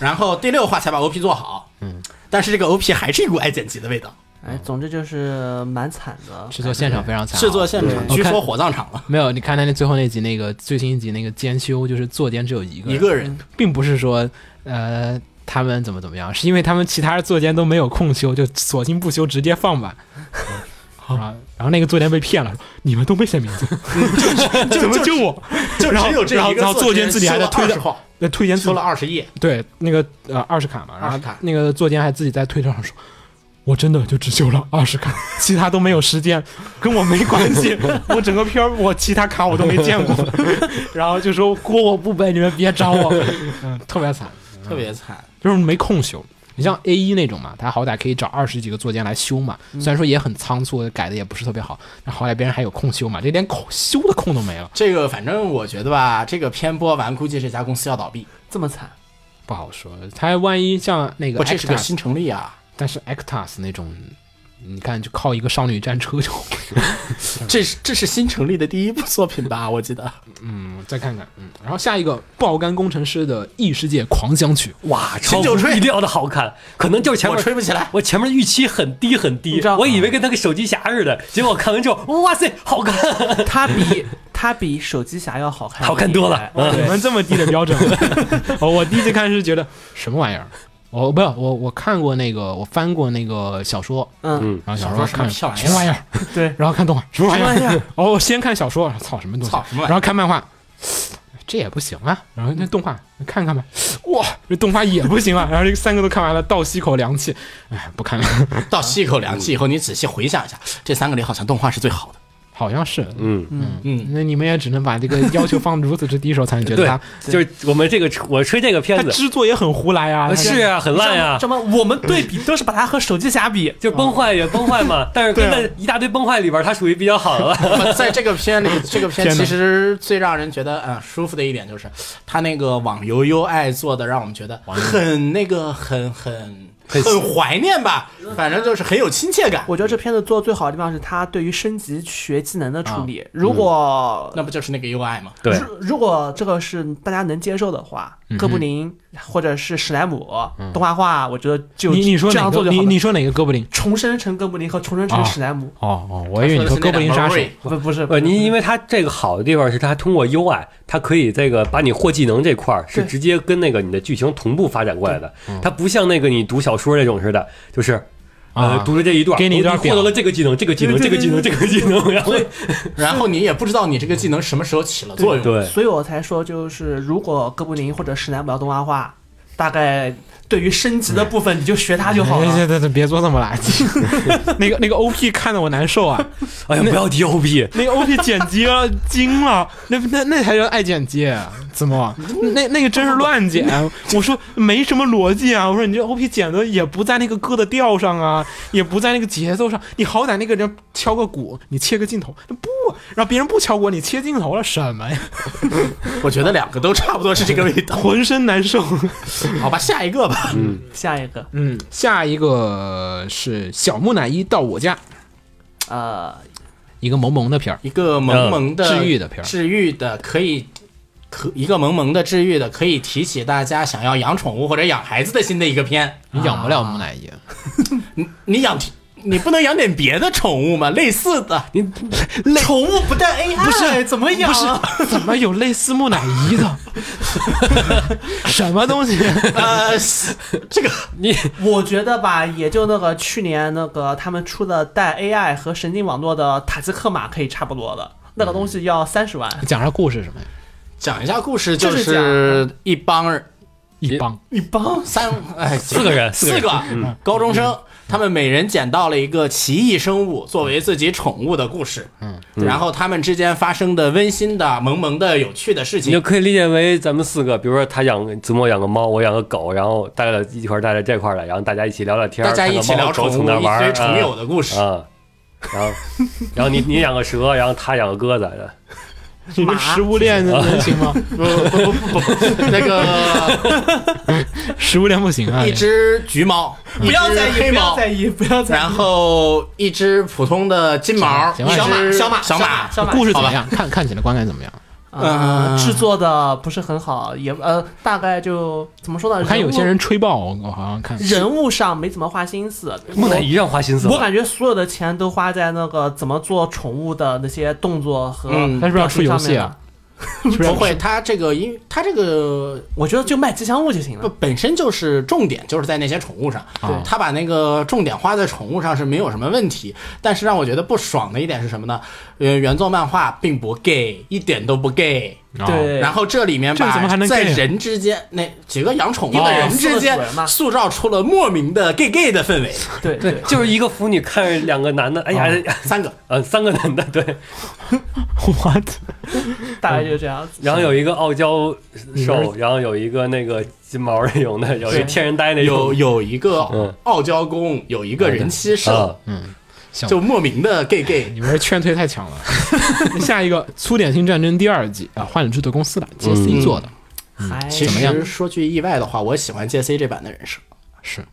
然后第六话才把 OP 做好，嗯，但是这个 OP 还是一股爱剪辑的味道。哎，总之就是蛮惨的。制作现场非常惨啊，制作现场对据我说看火葬场了，没有，你看他那最后那集那个最新一集那个兼修，就是坐监只有一个人一个人并不是说呃他们怎么怎么样，是因为他们其他作监都没有空修，就索性不修，直接放吧。然后然后那个作监被骗了，说你们都没写名字，就怎么就我？ 就然后只有这然后一个然后作监自己还在推嗯着着，那推荐修错了了，二十页，对那个呃二十卡嘛，然后20卡那个作监还自己在推特上说。我真的就只修了二十卡，其他都没有时间，跟我没关系。我整个片儿，我其他卡我都没见过。然后就说锅我不背，你们别找我。嗯，特别惨。特别惨。就是没空修。你嗯像 A 一那种嘛，他好歹可以找二十几个作家来修嘛，嗯虽然说也很仓促，改的也不是特别好，但好歹别人还有空修嘛，这连空修的空都没了，这个反正我觉得吧，这个片播完，估计这家公司要倒闭。这么惨，不好说。他万一像那个不，这是个 Actas，新成立啊，但是 Actas 那种，你看就靠一个少女战车就 这是这是新成立的第一部作品吧？我记得嗯，再看看，嗯，然后下一个爆肝工程师的异世界狂想曲，哇，超九乎吹意料的好看，可能就是前面我吹不起来我前面预期很低很低你知道，我以为跟那个手机侠似的，结果看完之后，哇塞，好看，它比它比手机侠要好看，好看多了。你嗯，们这么低的 标准，我我第一次看是觉得什么玩意儿，我不要我我看过那个我翻过那个小说，嗯，然后小小说说什么看屁玩意儿什么玩意儿，对，然后看动画什么玩什么玩意意儿儿，哦，我先看小说，操什么东西，操什么玩意儿然后看漫画。这也不行啊，然后那动画看看吧，哇，这动画也不行啊，然 后这三个都看完了，倒吸口凉气，哎，不看了， 倒吸一口凉气以后，你仔细回想一下，这三个里好像动画是最好的。 好像是，嗯，嗯，那你们也只能把这个要求放得如此之低的时候，才能觉得对它，就是我们这个我吹这个片它子制作也很胡来啊，是啊，很烂呀，什么？我们对比都是把它和手机 侠比，就是崩坏也崩坏嘛，但是跟那一大堆崩坏里边，它属于比较好的了。在这个片里，这个片天哪其实最让人觉得嗯舒服的一点就是，他那个网游 UI 做的让我们觉得很那个很很很怀念吧，反正就是很有亲切感。我觉得这片子做得最好的地方是它对于升级学技能的处啊理。如果那不就是那个 UI 吗？对如如果这个是大家能接受的话，哥布林或者是史莱姆动画化，我觉得就你你说这哪样做个？就好你了。你说哪个哥布林？重生成哥布林和重生成史莱姆，哦哦，我以为你说说哥布林杀 手。不不是呃，您嗯因为它这个好的地方是它通过 UI，它可以这个把你获技能这块儿是对直接跟那个你的剧情同步发展过来的，它不像那个你读小说那种似的，就是。呃啊，读了这一段，给你一段哦获得了这个技能，这个技能，这个技能，这个技能，然后然后你也不知道你这个技能什么时候起了作用。对，所以我才说，就是如果哥布林或者史莱姆要动画化，大概对于升级的部分你就学它就好哎了。这这这别做这么垃圾， 那个那个 OP 看得我难受啊，哎呀，不要提 OP，那个 OP 剪辑了惊了，那那那才叫爱剪辑，怎么？那那个真是乱剪，我说没什么逻辑啊，我说你这 OP 剪的也不在那个歌的调上啊，也不在那个节奏上，你好歹那个人敲个鼓，你切个镜头，那不让别人不敲鼓，你切镜头了什么呀？ 我觉得两个都差不多是这个味道。浑身难受。好吧，下一个吧。下一个， 嗯，下一个是小木乃伊到我家，呃，一个萌萌的片儿。一个萌萌的、嗯治愈的片儿治愈的可以可一个萌萌的治愈的可以提起大家想要养宠物或者养孩子的心的一个片。你养不了木乃伊，你你养你不能养点别的宠物吗？类似 的，你宠物不带 AI 不哎是怎么养、啊？ 怎么有类似木乃伊的？ 什么东西？呃，这个我觉得吧，也就那个去年那个他们出的带 AI 和神经网络的塔吉克马可以差不多的，那个东西要三十万。讲啥故事什么呀？讲一下故事，就就是是一帮人一帮一帮三哎四个人四个嗯嗯高中生，他们每人捡到了一个奇异生物作为自己宠物的故事，嗯，然后他们之间发生的温馨的、萌萌的、有趣的事你就情，可以理解为咱们四个，比如说他养子墨养个猫，我养个狗，然后带了一块儿带到这块儿来，然后大家一起聊聊天儿，大家一起看看猫聊和宠狗从物，哪儿一玩儿堆宠友的故事。啊，啊然后然后你你养个蛇，然后他养个鸽子，你这食物链能行吗？不不不不不，那个 食物链不行啊！一只橘猫，一不要只在意，黑不要猫在。意，不要在意。然后一只普通的金毛，行吧一只小马小小马小马故事怎么样？看看起来观感怎么样？呃嗯，制作的不是很好，也呃，大概就怎么说呢？我看有些物人吹爆，我我好像看人物上没怎么花心思。木乃伊让花心思我了。感觉所有的钱都花在那个怎么做宠物的那些动作和嗯他是不是要出游戏啊表情上面了？是不是会，它这个因它这个我觉得就卖吉祥物就行不了。本身就是重点，就是在那些宠物上。啊他把那个重点花在宠物上是没有什么问题，但是让我觉得不爽的一点是什么呢？呃，原作漫画并不 gay，一点都不 gay。哦对，然后这里面这把怎么还能 gay 在啊人之间那几个养宠物的人之哦四个间主人嘛塑造出了莫名的 gay gay 的氛围，对对，就是一个腐女看着两个男的，哎呀，三个。 呃，三个男的，对， what？大概就是这样子。 然后有一个傲娇你兽，然后有一个那个金毛那种的，有一个天然呆那有种，有一个嗯傲娇公，有一个人妻啊社，，嗯就莫名的 gay gay。你们这劝退太强了。 下一个《粗点心战争》第二季啊，幻影制作公司的 JC 做的，还其怎么样实说句意外的话，我喜欢 J C 这版的人设，是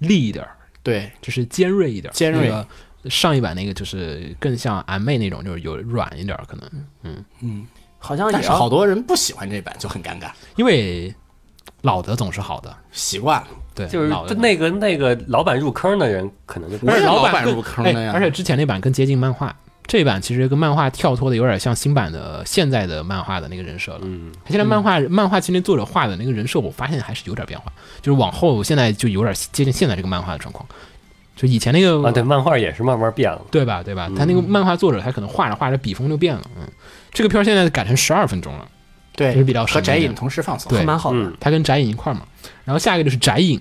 leader，对，就是尖锐一点，尖锐那个上一版那个就是更像俺妹那种，就是有软一点儿可能，好像但也是好要多人不喜欢这版，就很尴尬，因为老的总是好的，习惯了。对，就是老的啊那个那个老板入坑的人，可能就不不而是且老版板更入坑的哎呀而且之前那版更接近漫画，这版其实跟漫画跳脱的有点像新版的现在的漫画的那个人设了。嗯，现在漫画、漫画其实作者画的那个人设，我发现还是有点变化，就是往后现在就有点接近现在这个漫画的状况，就以前那个啊，对，漫画也是慢慢变了。对吧？对嗯吧？他那个漫画作者，他可能画着画着笔锋就变了。嗯，这个片儿现在改成十二分钟了，对，这是比较和神的宅一影点同时放送。对还蛮好的。嗯他跟宅影一块儿嘛。然后下一个就是宅影，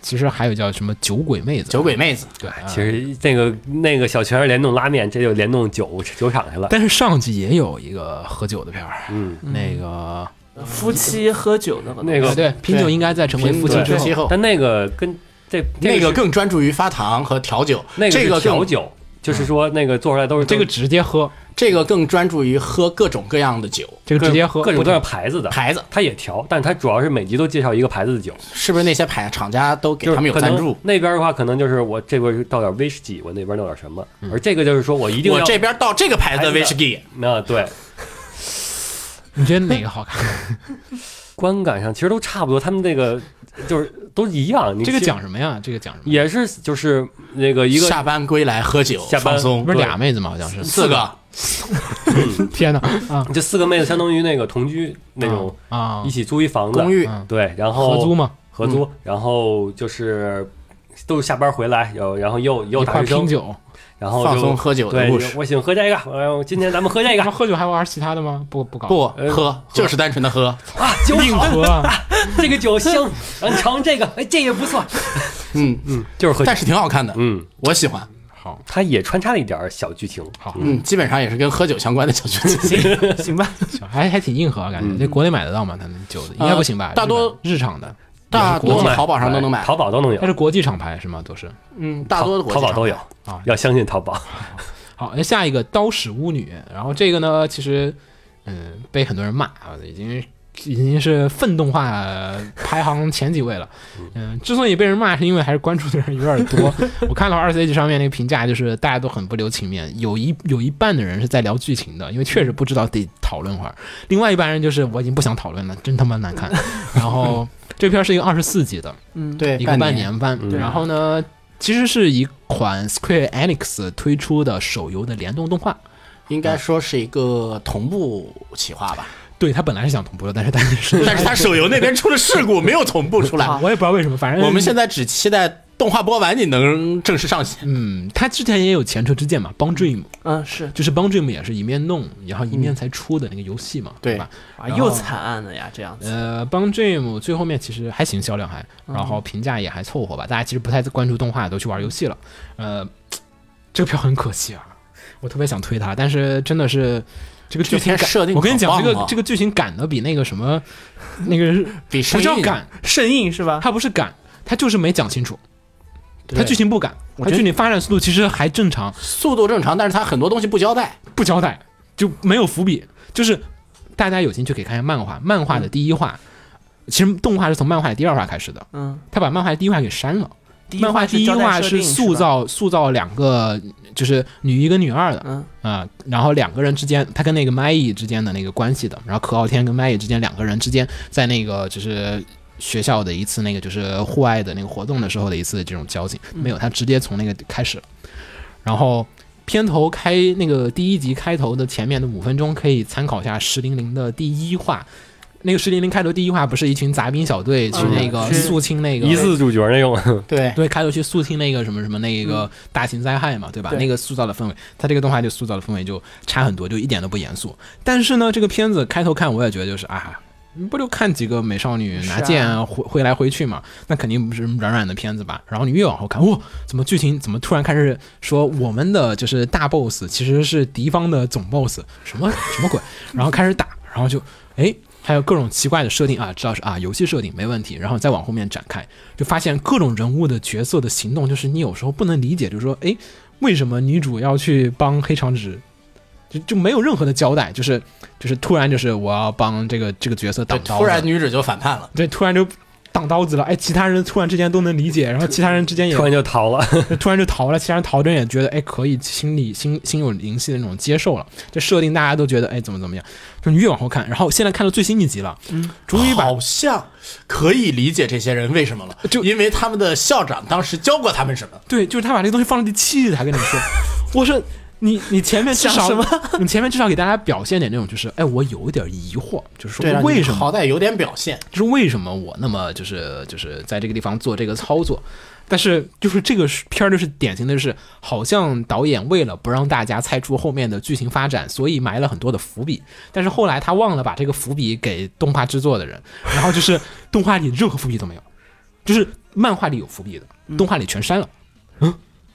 其实还有叫什么酒鬼妹子，酒鬼妹子，对，啊其实那个那个小泉儿联动拉面，这就联动酒酒厂去了。但是上季也有一个喝酒的片儿，嗯，那个夫妻喝酒的那个啊对品酒应该在成为夫妻对之夫后妻，后，但那个跟这那个个是更专注于发糖和调酒，那这个个是调更酒，就是说那个做出来都是这个直接喝，这个更专注于喝各种各样的酒，这个直接喝，各种各不样牌子的，牌子它也调，但它主要是每集都介绍一个牌子的酒，是不是那些牌厂家都给就是他们有可赞能助？那边的话，可能就是我这边倒点威士忌，我那边弄点什么，而这个就是说我一定嗯我要这边到这个牌子的牌威子士的忌，那对你觉得哪个好看？观感上其实都差不多，他们这个就是都一样。你这个其实讲什么呀？这个讲什么？也是就是那个一个下班归来喝酒下班放松不，是对俩妹子吗？好像 是四个天 哪啊这四个妹子相当于那个同居那种，啊一！起租一房子公寓，嗯对，然后合租嘛，合租，然后就是都是下班回来，有然后又又一打块学拼生，酒。然后放就松喝酒的对故，事。我喜欢喝这个，呃，今天咱们喝这个然 后喝酒还玩其他的吗？不不搞不呃喝，就是单纯的喝。啊，酒硬好，喝啊！这个酒香，然后尝这个，哎，这也不错，嗯，嗯，就是喝酒但，是挺好看的，嗯，我喜欢。 好它也穿插了一点儿小剧情，好，嗯，基本上也是跟喝酒相关的小剧情。行吧，行还还挺硬核，啊感觉这国内买得到吗？他们酒的应该不行吧？呃大多日常的，大多买淘宝上都能买，淘宝都能有它，是国际厂牌是吗？都是嗯，大多的国淘宝际都有啊要相信淘宝。好，那下一个刀使巫女，然后这个呢，其实嗯被很多人骂啊，已经已经是愤动画排行前几位了。嗯，之所以被人骂，是因为还是关注的人有点多。我看到二 C H 上面那个评价，就是大家都很不留情面，有一有一半的人是在聊剧情的，因为确实不知道得讨论会儿；另外一半人就是我已经不想讨论了，真他妈难看。然后这片儿是一个二十四集的，嗯，对一个半年。年半。嗯然后呢，其实是一款 Square Enix 推出的手游的联动动画。应该说是一个同步企划吧，对他本来是想同步的，但是但是 但是他 手游那边出了事故，没有同步出来。我也不知道为什么，反正我们现在在只期待动画播完你能正式上线。嗯，他之前也有前车之鉴嘛，帮 Dream 嗯是就是帮 Dream 也是一面弄，然后一面才出的那个游戏嘛，嗯对对吧？啊，然后又惨案了呀，这样子。呃，帮 Dream 最后面其实还行，销量还，嗯然后评价也还凑合吧。大家其实不太关注动画，都去玩游戏了。呃，这个票很可惜啊，我特别想推它，但是真的是这个剧情这片感设定我跟你讲，好这棒个啊这个剧情赶的比那个什么，那个是比不声叫音赶，圣印是吧？它不是赶，它就是没讲清楚，它剧情不赶，它我觉得剧情发展速度其实还正常，速度正常，但是它很多东西不交代。不交代，就没有伏笔，就是大家有兴趣可以看一下漫画，漫嗯画的第一话。其实动画是从漫画的第二话开始的，嗯，他把漫画的第一话给删了。第漫画是第一交代话设定是是塑吧，造塑造两个，就是女一跟女二的嗯啊、然后两个人之间，他跟那个 Mai 之间的那个关系的，然后可傲天跟 Mai 之间两个人之间在那个就是学校的一次那个就是户外的那个活动的时候的一次这种交情，嗯没有，他直接从那个开始了。然后片头开那个第一集开头的前面的五分钟，可以参考一下《石零零》的第一话。那个《石零零》开头第一话不是一群杂兵小队去嗯那个去肃清那个疑似主角那种，对，对，开头去肃清那个什么什么那个大型灾害嘛，对吧？嗯对那个塑造的氛围，它这个动画就塑造的氛围就差很多，就一点都不严肃。但是呢，这个片子开头看我也觉得就是啊，不就看几个美少女拿是啊剑挥挥来挥去嘛，那肯定不是软软的片子吧？然后你越往后看，哇，怎么剧情怎么突然开始说我们的就是大 boss 其实是敌方的总 boss，什么什么鬼？然后开始打，然后就哎。还有各种奇怪的设定啊，知道是啊，游戏设定没问题，然后再往后面展开，就发现各种人物的角色的行动，就是你有时候不能理解，就是说，哎，为什么女主要去帮黑长直？就就没有任何的交代，就是就是突然就是我要帮这个这个角色挡刀，突然女主就反叛了。对，突然就挡刀子了，哎，其他人突然之间都能理解，然后其他人之间也突然就逃了。 突然就逃了，其他人逃的人也觉得哎可以，心里心心有灵犀的那种接受了，这设定大家都觉得哎怎么怎么样，就你越往后看，然后现在看到最新一集了， 终于把好像可以理解这些人为什么了，就因为他们的校长当时教过他们什么。对，就是他把这个东西放到第七集才跟你说，我说你你前面至少想 什么你前面至少给大家表现点那种就是哎我有一点疑惑，就是对啊说为什么好歹有点表现，就是为什么我那么就是就是在这个地方做这个操作，但是就是这个片儿就是典型的是，好像导演为了不让大家猜出后面的剧情发展，所以埋了很多的伏笔，但是后来他忘了把这个伏笔给动画制作的人，然后就是 动画里任何伏笔都没有，就是漫画里有伏笔的，动画里全删了。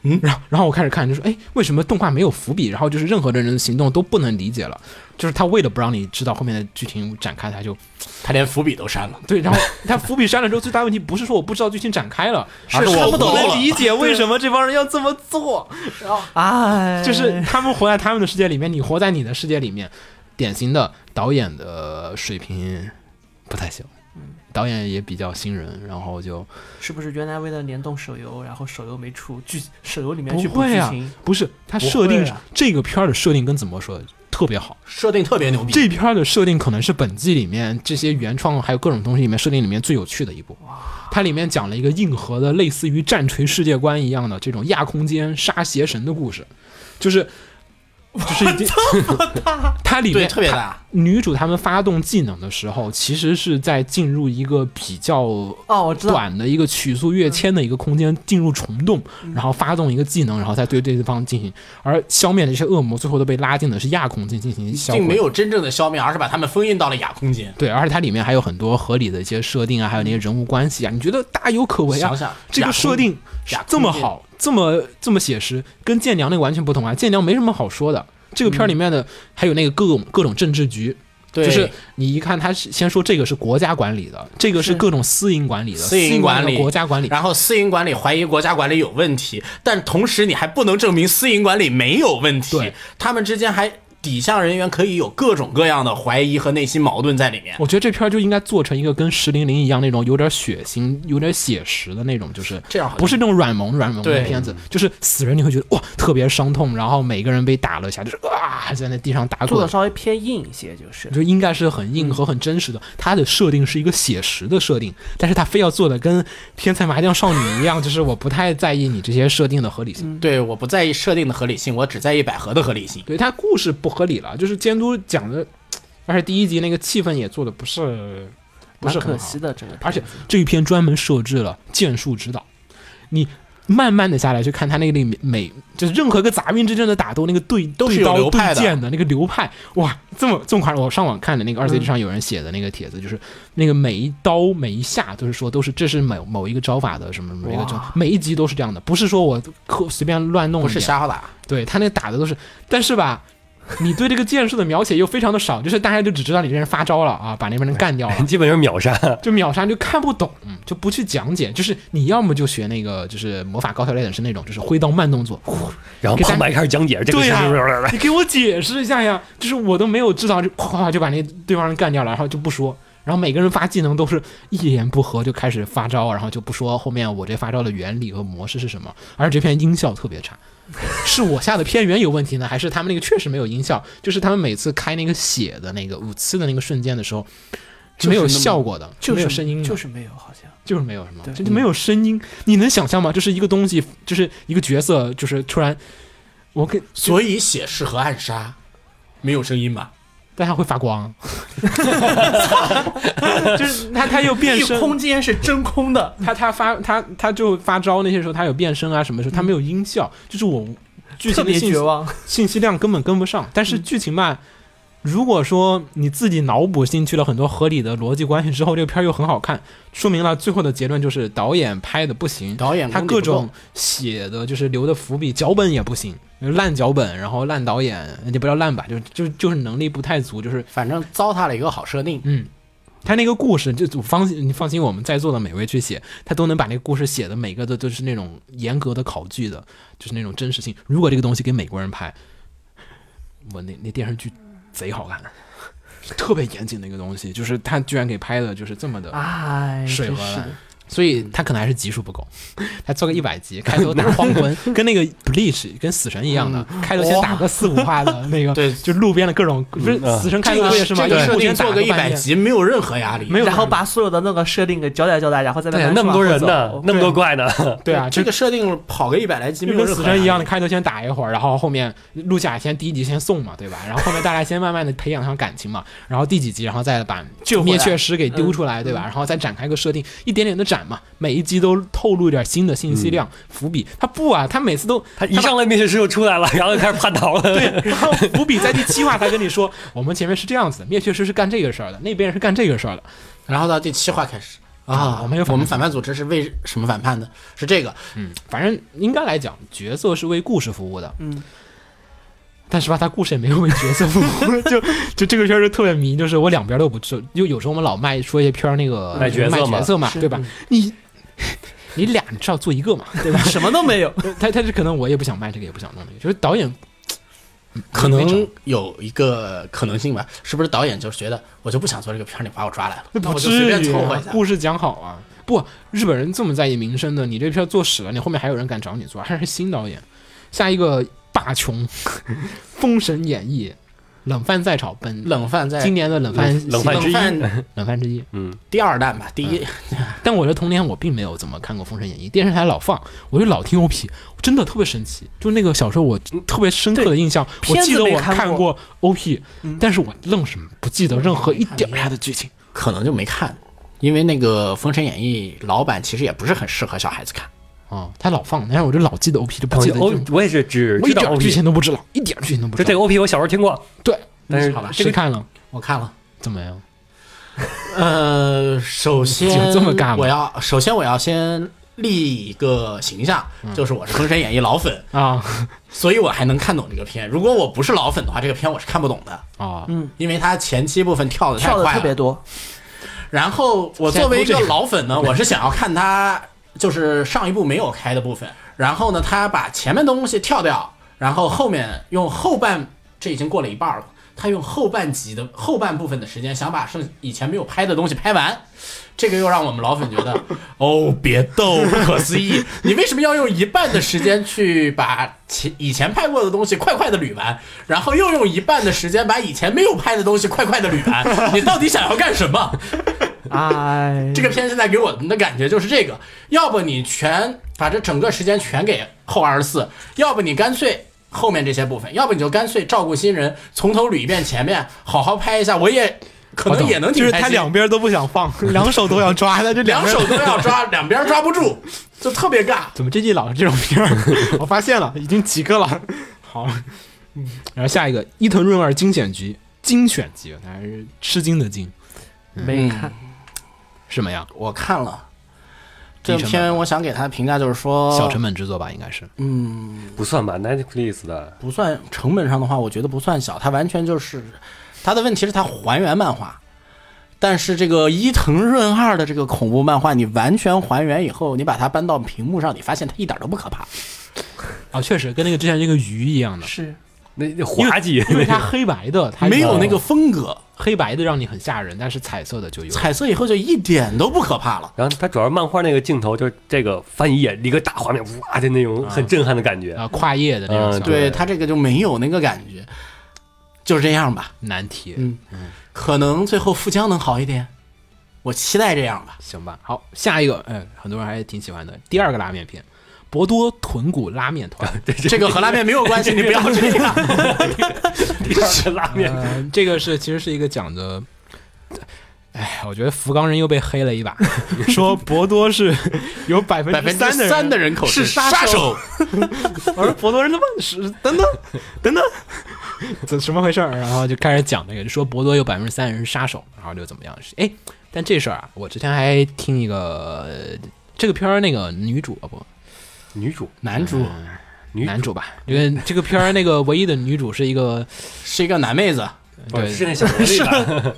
嗯，然后然后我开始看，就说，哎，为什么动画没有伏笔？然后就是任何的人的行动都不能理解了，就是他为了不让你知道后面的剧情展开，他就他连伏笔都删了。 对，然后他伏笔删了之后，最大问题不是说我不知道剧情展开了，而是我看不懂糊涂了理解为什么这帮人要这么做。哎，就是他们活在他们的世界里面，你活在你的世界里面，典型的导演的水平不太行，导演也比较新人，然后就是不是原来为了联动手游，然后手游没出剧，手游里面不去补会剧啊情，，不是他设定这个片儿的设定跟怎么说的特别好，设定特别牛逼，这片儿的设定可能是本季里面这些原创还有各种东西里面设定里面最有趣的一部。它里面讲了一个硬核的，类似于战锤世界观一样的这种亚空间杀邪神的故事，就是就是一定 它里对面特别大，女主她们发动技能的时候，其实是在进入一个比较哦，我知道，嗯短的啊一个曲速跃迁的一个空间进入虫洞，然后发动一个技能，然后再对对方进行，而消灭的这些恶魔最后都被拉进的是亚空间进行销毁并。没有真正的消灭，而是把他们封印到了亚空间。对，而且它里面还有很多合理的一些设定啊，还有那些人物关系啊，你觉得大有可为啊？想想这个亚空设定亚空这么间好，这么这么写实，跟剑娘那个完全不同啊！剑娘没什么好说的。这个片儿里面的、还有那个各种各种政治局，嗯对，就是你一看他是先说这个是国家管理的，这个是是各种私营管理的，私营营管理和国家管理，然后私营管理怀疑国家管理有问题，但同时你还不能证明私营管理没有问题对，他们之间还底下人员可以有各种各样的怀疑和内心矛盾在里面。我觉得这片儿就应该做成一个跟《石零零》一样那种有点血腥、有点写实的那种，就是这样好像不是那种软萌软萌的对片子，就是死人你会觉得哇特别伤痛，然后每个人被打了一下，就是啊在那地上打做滚的，稍微偏硬一些，就是就应该是很硬和很真实的。它的设定是一个写实的设定，但是它非要做的跟《天才麻将少女》一样，就是我不太在意你这些设定的合理嗯性。对，我不在意设定的合理性，我只在意百合的合理性。对，它故事不合理了，就是监督讲的，而且第一集那个气氛也做的不是不蛮是可很好惜。的整个片子，而且这一篇专门设置了剑术指导，你慢慢的下来去看他那个里面每就是任何一个杂运之间的打斗，那个对都是有刀流派对的剑的那个流派，哇，这么这么夸张！我上网看的那个二 C 之上有人写的那个帖子，就是那个每一刀每一下都是说都是这是某某一个招法的什么什么一个招哇，每一集都是这样的，不是说我可随便乱 弄一不点，是瞎打，对他那打的都是，但是吧。你对这个剑术的描写又非常的少，就是大家就只知道你这人发招了啊，把那边人干掉了，基本就是秒杀，就秒杀就看不懂，嗯就不去讲解。就是你要么就学那个，就是魔法高校类的是那种，就是挥刀慢动 作。呼然后给大家旁白开始讲解这个对是呀、不是？你给我解释一下呀！就是我都没有知道，就哗哗就把那对方人干掉了，然后就不说。然后每个人发技能都是一言不合就开始发招，然后就不说后面我这发招的原理和模式是什么。而且这篇音效特别差，是我下的片源有问题呢，还是他们那个确实没有音效？就是他们每次开那个血的那个五次的那个瞬间的时候，就是没有那么效果的，就是没有声音的，就是没有，好像就是没有什么，对这就没有声音。你能想象吗？就是一个东西，就是一个角色，就是突然，我跟所以写适合暗杀，没有声音吧？但它会发 光，就是它它又变身，间是真空的，它它发它它就发招那些时候，它有变身啊什么时候，它没有音效，就是我剧嗯情特的别信绝息 望。嗯信息量根本跟不上。但是剧情吧，如果说你自己脑补进去了很多合理的逻辑关系之后，这个片儿又很好看，说明了最后的结论就是导演拍的不行，导演他功底不各种够写的就是留的伏笔，脚本也不行，烂脚本，然后烂导演，也不叫烂吧，就就就是能力不太足，就是反正糟蹋了一个好设 定。嗯。他那个故事，就我放心，你放心，我们在座的每位去写，他都能把那个故事写的每个都都是那种严格的考据的，就是那种真实性。如果这个东西给美国人拍，我那那电视剧贼好看， 特别严谨的一个东西，就是他居然给拍的就是这么的，哎，水真花是烂的所以他可能还是集数 不够，他做个一百集，开头打黄昏，嗯跟 那个 Bleach 跟死神一样的，开头先打个四五话的那个，对就路边的各种，不是嗯死神开这头不个也是吗？这个一设路定边打做个一半百夜，集没有任何压力，没有然后把所有的那个设定给交代交代，然后再慢对呀慢，那么多人呢往后走，那么多怪呢，对啊，这就个设定跑个一百来集没就有跟任死何压神力一样的，开头先打一会儿，然后后面陆贾先第一集先送嘛，对吧？然后后面大家先慢慢的培养上感情嘛，然后第几集，然后再把救回来灭却师给丢出来，对吧？然后再展开个设定，一点点的展嘛，每一集都透露一点新的信息量、伏笔。他不啊，他每次都 他一上来面试师就出来了，然后就开始叛逃了。 对，然后伏笔在第七话才跟你说，我们前面是这样子的，灭却师是干这个事儿的，那边是干这个事儿的，然后到第七话开始啊，我们有反叛我们反叛组织是为什么反叛的？是这个，嗯，反正应该来讲，角色是为故事服务的，嗯。但是吧，他故事也没有为角色服务， 就就这个片儿就特别迷，就是我两边都不知，就有时候我们老卖说一些片儿那个卖角色嘛啊嘛，是对吧嗯？你你俩你至少做一个嘛， 对吧？什么都没有，他他这可能我也不想卖这个，也不想弄这个，就是导演嗯可没辙能有一个可能性吧，是不是导演就是觉得我就不想做这个片儿，你把我抓来了，那不我至就随于便凑合啊一，下。故事讲好啊。不，日本人这么在意名声的，你这片做屎了，你后面还有人敢找你做，还是新导演。下一个霸琼，《 封神演义》，冷饭再炒本，冷饭在今年的冷饭冷饭之冷一饭冷饭之一。嗯第二弹吧，第一但我的童年我并没有怎么看过《封神演义》，电视台老放，我就老听 OP，我真的特别神奇。就是那个小时候我特别深刻的印象，我片记子得没我看看过过 OP，但是嗯我愣是不记得任何一点儿它的剧情。可能就没看，因为那个《封神演义》老版其实也不是很适合小孩子看。哦，他老放，但是我就老记得 OP，就不记得哦我就哦我也是只我一知道点 OP，剧情都不知道，一点剧情都不就知这道。个 OP 我小时候听过，对，但是好吧，这谁个看了？我看了。怎么样？呃，首先就这么尬吗我要首先我要先立一个形象，就是我是《封神演义》老粉，啊所以我还能看懂这个片。如果我不是老粉的话，这个片我是看不懂的，啊！因为它前期部分跳的嗯太跳的快特别了。多，然后我作为一个老粉呢，我是想要看它就是上一部没有开的部分，然后呢，他把前面的东西跳掉，然后后面用后半，这已经过了一半了。他用后半集的后半部分的时间，想把剩以前没有拍的东西拍完，这个又让我们老粉觉得，哦，别逗，不可思议！你为什么要用一半的时间去把前以前拍过的东西快快的捋完，然后又用一半的时间把以前没有拍的东西快快的捋完？你到底想要干什么？哎，这个片现在给我们的感觉就是这个，要不你全把这整个时间全给后二十四，要不你干脆后面这些部分，要不你就干脆照顾新人，从头捋一遍前面，好好拍一下，我也可我能懂也能就挺是开他心。两边都不想 放，两手都要抓，他这两边手都 要抓，两边抓不住，就特别尬。怎么这季老是这种片 儿？我发现了，已经几个了。好，嗯，然后下一个伊藤润二精选集精选集，还是吃惊的惊，嗯没看，什么呀？我看了低这成本篇，我想给他的评价就是说，小成本制作吧，应该是。不算吧，Netflix 的不算成本上的话，我觉得不算小，它完全就是它的问题是它还原漫画，但是这个伊藤润二的这个恐怖漫画，你完全还原以后，你把它搬到屏幕上，你发现它一点都不可怕。啊，确实跟那个之前那个鱼一样的，是那那滑稽，因为它黑白的，它没有那个风格，黑白的让你很吓人，但是彩色的就有。彩色以后就一点都不可怕了。然后它主要是漫画那个镜头，就是这个翻一眼一个大画面，哇的那种很震撼的感觉。啊，跨页的那种嗯小说，对它这个就没有那个感觉，就是这样吧。难题，嗯，可能最后富江能好一点，我期待这 样吧。行吧。好，下一个，嗯，很多人还挺喜欢的第二个拉面片，博多豚骨拉面团。 这个和拉面没有关系，你不要这样。第二个拉面，嗯，这个是其实是一个讲的，哎，我觉得福冈人又被黑了一 把，说博多 是有百分 百分之三的人口是杀杀手，我说博多人的问是等等等等，怎什么回事儿？然后就开始讲那个，就说博多有百分之三人是杀手，然后就怎么样？是哎，但这事儿啊，我之前还听一个呃这个片儿那个女主啊不嗯女主，嗯男主女男主吧，因为这个片儿那个唯一的女主是一个是一个男妹子，不对是是那小萝莉吧？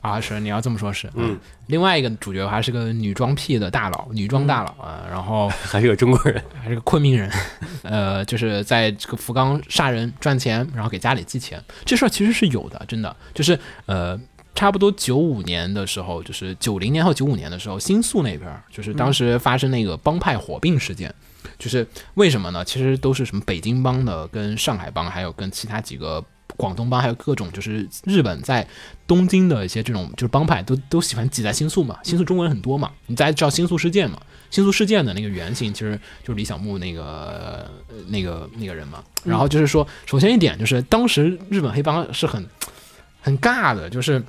啊，是你要这么说，是嗯，另外一个主角还是个女装癖的大佬，女装大佬啊，然后还是个中国人，还是个昆明人， 呃，就是在这个福冈杀人赚钱，然后给家里寄钱，这事儿其实是有的，真的，就是呃，差不多九五年的时候，就是九零年和九五年的时候，新宿那边儿就是当时发生那个帮派火并事件。就是为什么呢？其实都是什么北京帮的、跟上海帮，还有跟其他几个广东帮，还有各种就是日本在东京的一些这种就是帮派都都喜欢挤在新宿嘛，新宿中国人很多嘛，你大家知道新宿事件嘛？新宿事件的那个原型其实就是李小牧那个呃那个那个人嘛。然后就是说，首先一点就是当时日本黑帮是很很尬的，就是。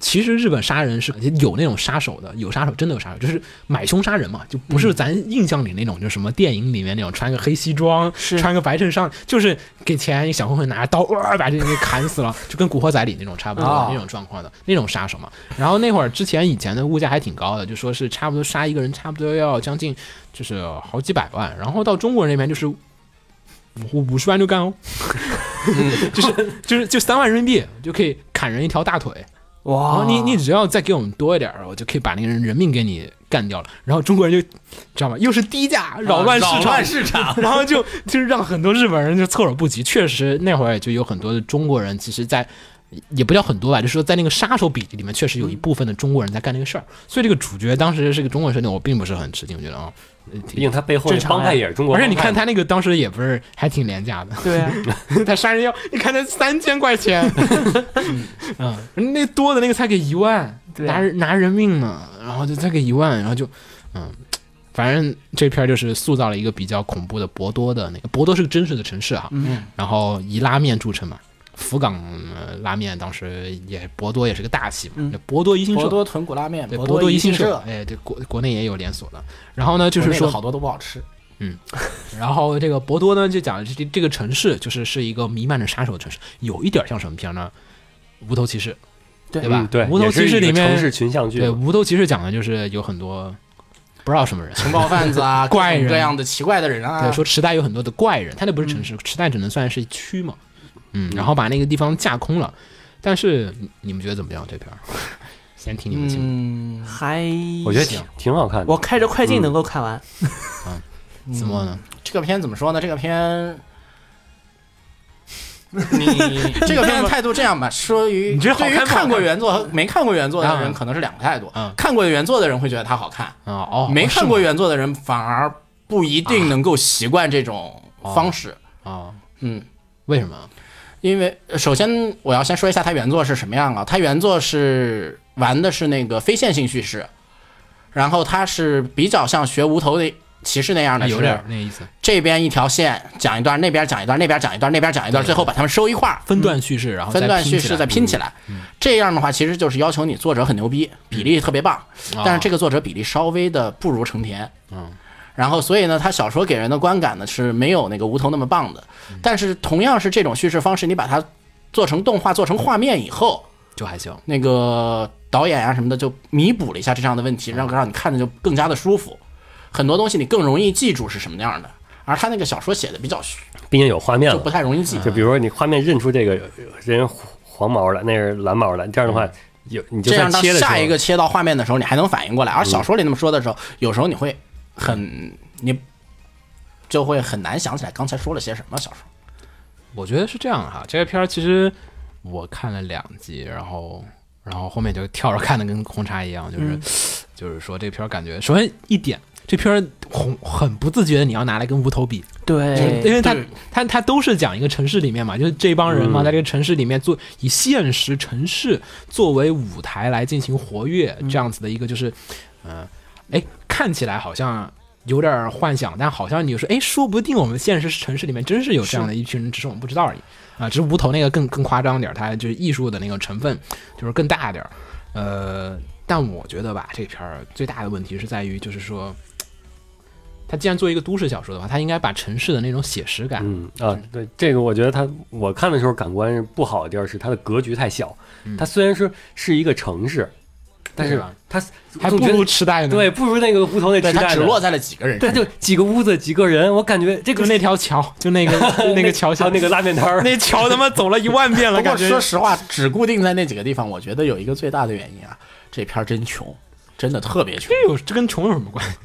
其实日本杀人是有那种杀手的，有杀手，真的有杀手，就是买凶杀人嘛，就不是咱印象里那种，就是什么电影里面那种穿个黑西装，是穿个白衬衫，就是给钱，小混混拿着刀，哇、把这人给砍死了，就跟《古惑仔》里那种差不多、哦那种状况的那种杀手嘛。然后那会儿之前以前的物价还挺高的，就说是差不多杀一个人差不多要将近就是好几百万，然后到中国人那边就是五五十万就干 哦， 就是就是就三万人民币就可以砍人一条大腿。然哇后，你你只要再给我们多一点儿，我就可以把那个人人命给你干掉了。然后中国人就知道吗？又是低价扰乱市场，扰乱市场然后就就是让很多日本人就措手不及。确实那会儿也就有很多的中国人，其实在，也不叫很多吧，就是说在那个杀手比例里面，确实有一部分的中国人在干这个事儿。所以这个主角当时是个中国设定，我并不是很吃惊，我觉得啊、呃毕挺竟他背后那正常呀帮派也是中国而帮派。且你看他那个当时也不是还挺廉价的， 对啊，他杀人要，你看他三千块钱， 嗯，那多的那个才给一万，对拿拿人命呢，然后就再给一万，然后就，嗯，反正这片儿就是塑造了一个比较恐怖的博多的那个博多是个真实的城市啊，嗯，然后以拉面著称嘛，福冈、呃拉面当时也博多也是个大戏嘛，嗯那博多一星博社，多豚骨拉面，对博博多一一星社，哎，对国国内也有连锁的，然后呢就就是说好多都不好吃。然后这个博多呢，就讲这这个城市就是是一个弥漫着杀手的城市，有一点像什么片呢？无头骑士，对吧？嗯对，无头也是骑士一个里面城市群像剧对，无头骑士讲的就是有很多不知道什么人， 情报贩子 啊，怪人各种各样的奇怪的人啊嗯对，，说池袋有很多的怪人，它那不是城市，池袋只能算是区嘛，嗯，然后把那个地方架空了。但是你你们觉得怎么样？这片 儿，先听你们节目。嗯，还我觉得行挺挺好看的。我开着快进能够看完，嗯怎么呢？这个片怎么说呢？这个片。 你这个片的态度这样吧，说于你觉得好对看于不好看看过原作和没看过原作的人啊可能是两个态度啊。看过原作的人会觉得它好看，啊哦，没是看吗过原作的人反而不一定能够习惯这种方式。啊，嗯，为什么？因为呃首先我要先说一下它原作是什么样啊？它原作是玩的是那个非线性叙事，然后它是比较像学无头的骑士那样的，啊有是嗯点儿那意思，这边一条线讲一段，那边讲一段，那边讲一段，那边讲一段，最后把它们收一块儿，分段叙事，然后分再段拼叙起事来嗯再拼起来。这样的话，其实就是要求你作者很牛逼，比例特别棒，啊但是这个作者比例稍微的不如成田。嗯。然后，所以呢，他小说给人的观感呢是没有那个无头那么棒的，但是同样是这种叙事方式，你把它做成动画、做成画面以后，就还行。那个导演啊什么的就弥补了一下这样的问题，让让你看着就更加的舒服，很多东西你更容易记住是什么样的。而他那个小说写的比较虚，毕竟有画面就了不，太容易记。就比如说你画面认出这个呃人黄毛了，那是蓝毛了，这样嗯的话有你就这样算当切的时候下一个切到画面的时候，你嗯还能反应过来。而小说里那么说的时候，有时候你会很你就会很难想起来刚才说了些什么。小说我觉得是这样哈，这个片儿其实我看了两集，然后然后后面就跳着看的跟红茶一样，就是、就是说这片儿感觉，首先一点，这片儿红很不自觉的你要拿来跟无头比，哎对因为它对它它都是讲一个城市里面嘛，就是这帮人嘛，在这个城市里面做以现实城市作为舞台来进行活跃，这样子的一个就是，嗯、哎，看起来好像。有点儿幻想，但好像你就说，哎，说不定我们现实城市里面真是有这样的一群人，只是我们不知道而已啊。只是无头那个更更夸张点儿，它就是艺术的那个成分就是更大点儿。呃，但我觉得吧，这片儿最大的问题是在于，就是说，它既然作为一个都市小说的话，它应该把城市的那种写实感，嗯啊，对这个，我觉得它我看的时候感官不好的地儿是它的格局太小。它虽然说是一个城市，但嗯是对吧他还总不觉得如痴呆呢。对，不如那个胡同那对时他代只的落在了几个人身对，上，就几个屋子几个人，我感觉这个就那条桥，就那个那个桥还下有 那个拉面摊儿，那桥他妈走了一万遍了，不感过觉说实话，只固定在那几个地方，我觉得有一个最大的原因啊，这片儿真穷，真的特别穷。这有这跟穷有什么关系？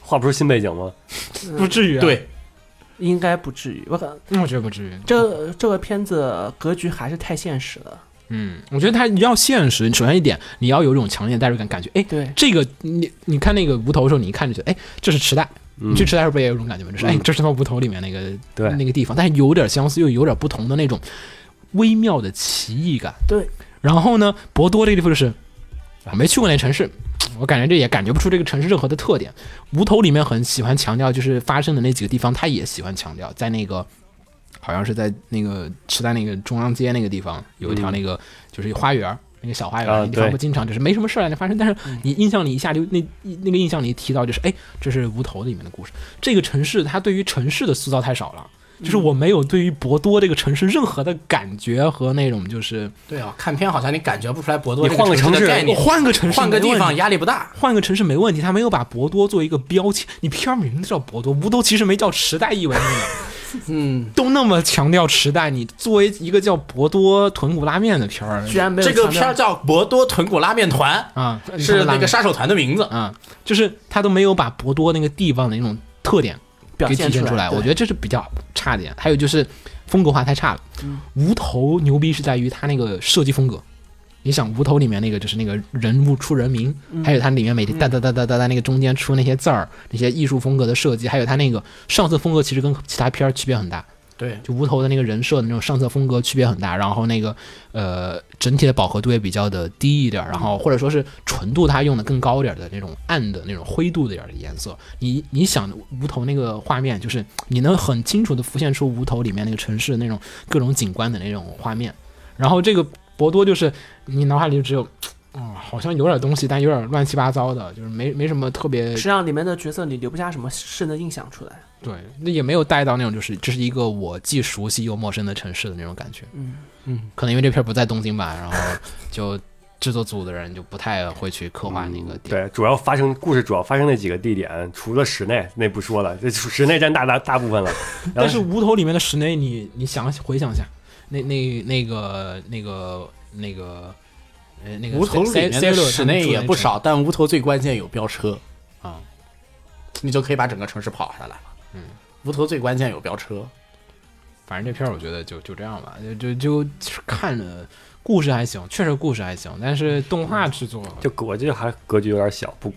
画不出新背景吗？不至于、啊。，对，应该不至于。我感嗯我觉得不至于。这这个片子格局还是太现实了。嗯，我觉得它你要现实，首先一点，你要有一种强烈的代入感，感觉哎，对这个你你看那个无头的时候，你一看就觉得哎，这是池袋。你去池袋时候不也有这种感觉吗？就是哎，这是他妈无头里面那个嗯对那个地方，但是有点相似，又有点不同的那种微妙的奇异感。对，然后呢，博多这个地方就是我没去过那城市，我感觉这也感觉不出这个城市任何的特点。无头里面很喜欢强调，就是发生的那几个地方，他也喜欢强调，在那个好像是在那个池袋那个中央街那个地方有一条那个、就是花园儿。那个小花园儿，啊那地方对不经常就是没什么事儿啊就发生，但是你嗯印象里一下就那那个印象里提到就是，哎，这是无头里面的故事。这个城市它对于城市的塑造太少了，就是我没有对于博多这个城市任何的感觉和那种就是对啊，看片好像你感觉不出来博多你这换个城城的市概我念，换个城市，哎换个地方，压力不大。换个城市没问题。他没有把博多作为一个标签，你片儿名字叫博多，无头其实没叫池袋一文 呢，嗯，都那么强调池袋，你作为一个叫博多豚骨拉面的片儿居然没有这个强调片儿叫《博多豚骨拉面团啊，》，是那个杀手团的名字。啊，就是他都没有把博多那个地方的那种特点表给现体现出来，我觉得这是比较差的点。还有就是风格化太差了。无头牛逼是在于它那个设计风格。你想无头里面那个就是那个人物出人名，还有它里面每天哒哒哒哒哒哒那个中间出那些字儿，那些艺术风格的设计，还有它那个上色风格，其实跟其他片儿区别很大。对，就无头的那个人设的那种上色风格区别很大，然后那个呃整体的饱和度也比较的低一点儿，然后或者说是纯度它用的更高一点儿的那种暗的那种灰度的点儿的颜色。你你想无头那个画面，就是你能很清楚的浮现出无头里面那个城市的那种各种景观的那种画面，然后这个博多就是你脑海里就只有。哦，好像有点东西，但有点乱七八糟的，就是没没什么特别实际上里面的角色你留不下什么深的印象出来。对，那也没有带到那种就是这是一个我既熟悉又陌生的城市的那种感觉。嗯嗯，可能因为这片儿不在东京吧，然后就制作组的人就不太会去刻画那嗯个点。嗯对，主要发生故事主要发生那几个地点，除了室内那不说了，这室内占大大大部 分了。然但后是无头里面的室内，你你想回想一下，那那那个那个那个呃那个无头里 C- 面的 C- 室内也不少，但无头最关键有飙车，啊。你就可以把整个城市跑下来了。嗯，无头最关键有飙车，反正这片儿我觉得就就这样吧，就就就看着故事还行，确实故事还行，但是动画制作就我觉得还格局有点小，不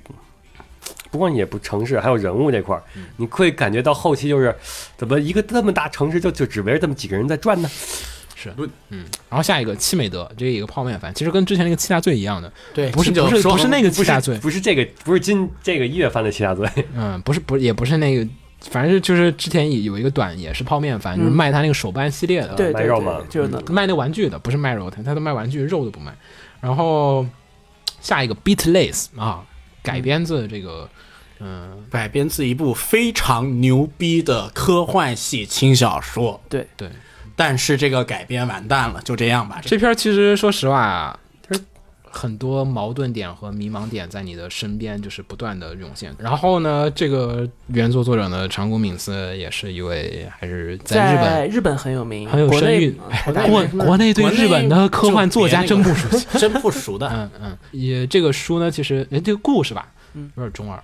不光也不城市，还有人物这块儿，嗯你会感觉到后期就是怎么一个这么大城市就就只围着这么几个人在转呢？是嗯。然后下一个七美德，这一个泡面饭，其实跟之前那个七大罪一样的，对，不是这就不是说不是那个不七大罪是，不是这个不是今这个一月份的其他罪，嗯，不是不是也不是那个，反正就是之前也有一个短也是泡面番，就是嗯卖他那个手办系列的，对卖对肉嘛对，就是那呃嗯卖那玩具的，不是卖肉的，他都卖玩具，肉都不卖。然后下一个 Beatless 啊，改编自这个嗯改编自一部非常牛逼的科幻系轻小说，对对但是这个改编完蛋了，就这样吧。这这片儿其实说实话，就是很多矛盾点和迷茫点在你的身边就是不断的涌现。然后呢，这个原作作者呢长谷敏司也是一位还是在日本在日本很有名，很有国声内誉呃。哎太大国没什么国内对日本的科幻作家真不熟悉。悉， 真不熟的。嗯嗯，也这个书呢，其实哎，这个故事吧，有点中二。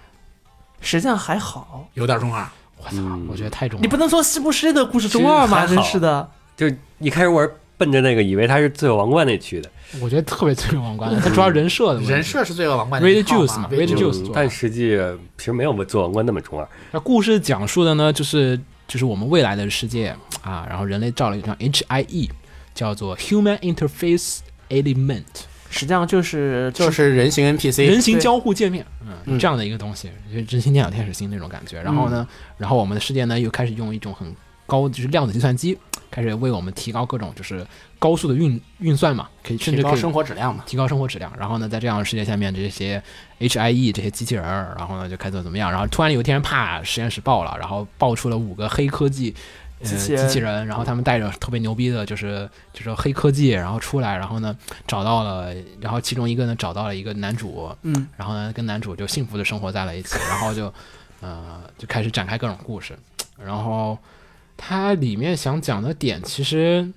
实际上还好，有点 中二，我操，我觉得太中二了。你不能说是不是的故事中二嘛，其实还真好是的。 就是一开始我是奔着那个以为他是罪恶王冠那去的，我觉得特别罪恶王冠的，它主要人设的问题人。设是罪恶王冠 Red 那一套 Juice 嘛 Red，Red Juice 就是罪恶嗯王冠但实际其实没有罪恶王冠那么啊中二，那故事讲述的呢，就是就是我们未来的世界啊，然后人类造了一张 HIE，叫做 Human Interface Element，实际上就是就是人形 NPC，人形交互界面，嗯，嗯这样的一个东西，就是真心电脑天使心那种感觉。然后呢，嗯然后我们的世界呢又开始用一种很高就是量子计算机，开始为我们提高各种就是高速的运运算嘛，可以甚提至高可以生活质量嘛。提高生活质量。然后呢，在这样的世界下面，这些 HIE 这些机器人儿，然后呢就开始怎么样？然后突然有一天，啪，实验室爆了，然后爆出了五个黑科技呃机器机人器人，然后他们带着特别牛逼的，就是就是黑科技，然后出来，然后呢找到了，然后其中一个呢找到了一个男主，嗯，然后呢跟男主就幸福的生活在了一起，然后就呃就开始展开各种故事，然后它里面想讲的点，其实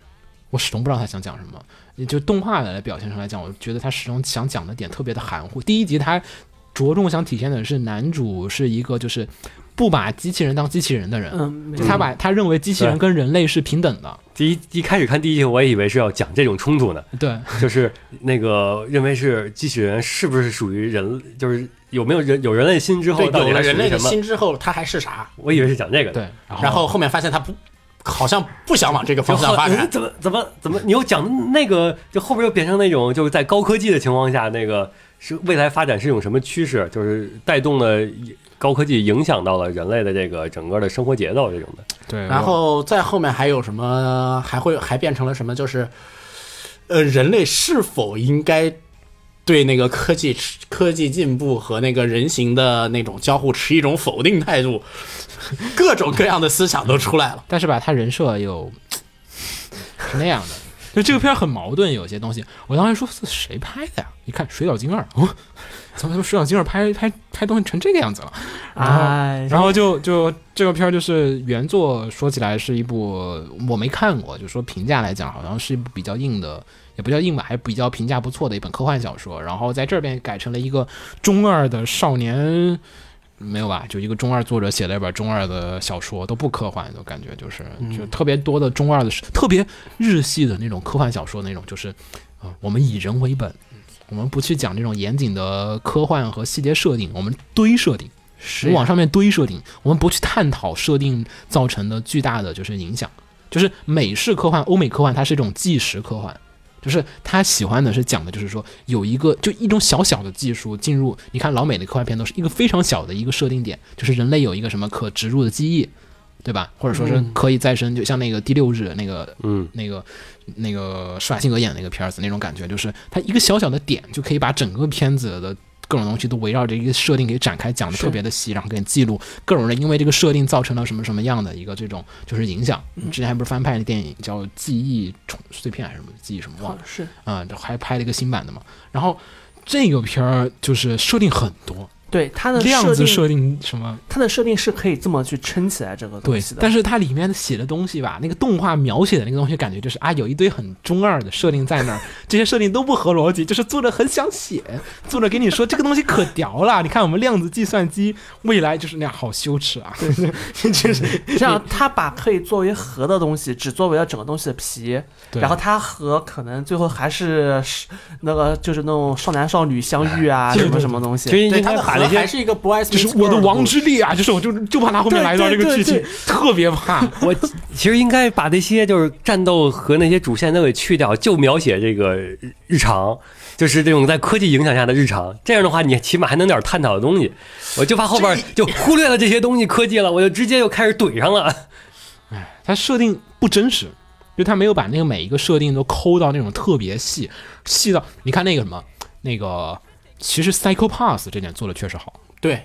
我始终不知道他想讲什么。就动画的表现上来讲，我觉得他始终想讲的点特别的含糊。第一集他着重想体现的是男主是一个就是不把机器人当机器人的人，嗯，没就他把他认为机器人对跟人类是平等的，第一一开始看第一集，我也以为是要讲这种冲 突呢，对，就是那个认为是机器人是不是属于人，就是有没有人有人类心之对，后，到有底了它属人类于的什么？心之后，它还是啥？我以为是讲这个的。对，然后后面发现它不，好像不想往这个就方后向发来 展。怎么怎么怎么，你又讲那个，就后边又变成那种就是在高科技的情况下，那个是未来发展是一种什么趋势，就是带动了高科技影响到了人类的这个整个的生活节奏这种的。对，然后再后面还有什么？还会还变成了什么？就是，呃，人类是否应该对那个科技持科技进步和那个人形的那种交互持一种否定态度？ 各种各样的思想都出来了。但是吧，他人设又是那样的。就这个片儿很矛盾，有些东西，我当时说是谁拍的呀？一看《水饺精二》， 哦，怎么怎么《水饺精二》拍拍拍东西成这个样子了？哎，然后就就这个片儿就是原作说起来是一部我没看过，就说评价来讲好像是一部比较硬的，也不叫硬吧，还比较评价不错的一本科幻小说。然后在这边改成了一个中二的少年，没有吧？就一个中二作者写了一本中二的小说，都不科幻，就感觉就是就特别多的中二的，特别日系的那种科幻小说那种，就是啊、呃我们以人为本。我们不去讲这种严谨的科幻和细节设定，我们堆设定，是只往上面堆设定，我们不去探讨设定造成的巨大的就是影响。就是美式科幻、欧美科幻，它是一种纪实科幻，就是他喜欢的是讲的就是说有一个就一种小小的技术进入，你看老美的科幻片都是一个非常小的一个设定点，就是人类有一个什么可植入的记忆，对吧？或者说是可以再生，就像那个第六日那个嗯，那个那个施瓦辛格演那个片儿子那种感觉，就是他一个小小的点就可以把整个片子的各种东西都围绕着一个设定给展开，讲的特别的细，然后给你记录各种人因为这个设定造成了什么什么样的一个这种就是影响。嗯之前还不是翻拍的电影叫《记忆重碎片》还是什么记忆什么忘好了是啊、还拍了一个新版的嘛。然后这个片儿就是设定很多，对它的量设子定，设定什么它的设定是可以这么去撑起来这个东对西，的。但是是它里面写的东西吧，那个动画描写的那个东西，感觉就是啊，有一堆很中二的设定在 那儿，这些设定都不合逻辑，就是作者很想写，作者给你说这个东西可屌了，你看我们量子计算机未来就是那样，好羞耻啊！这样，它把可以作为核的东西，只作为了整个东西的皮， 对然后它和可能最后还是是那个就是那种少男少女相遇啊，对什么什么东其西。实对，应它该的把核那些，还是一个 boys，就是我的王之力啊，就是我就就怕他后面来一段这对个对剧情对，特别怕。我其实应该把那些就是战斗和那些主线都给去掉，就描写这个日日常，就是这种在科技影响下的日常。这样的话，你起码还能点探讨的东西。我就怕后边就忽略了这些东西科技了，我就直接又开始怼上了。它设定不真实，就它没有把那个每一个设定都抠到那种特别细，细到你看那个什么那个。其实 Psycho Pass 这点做的确实好，对，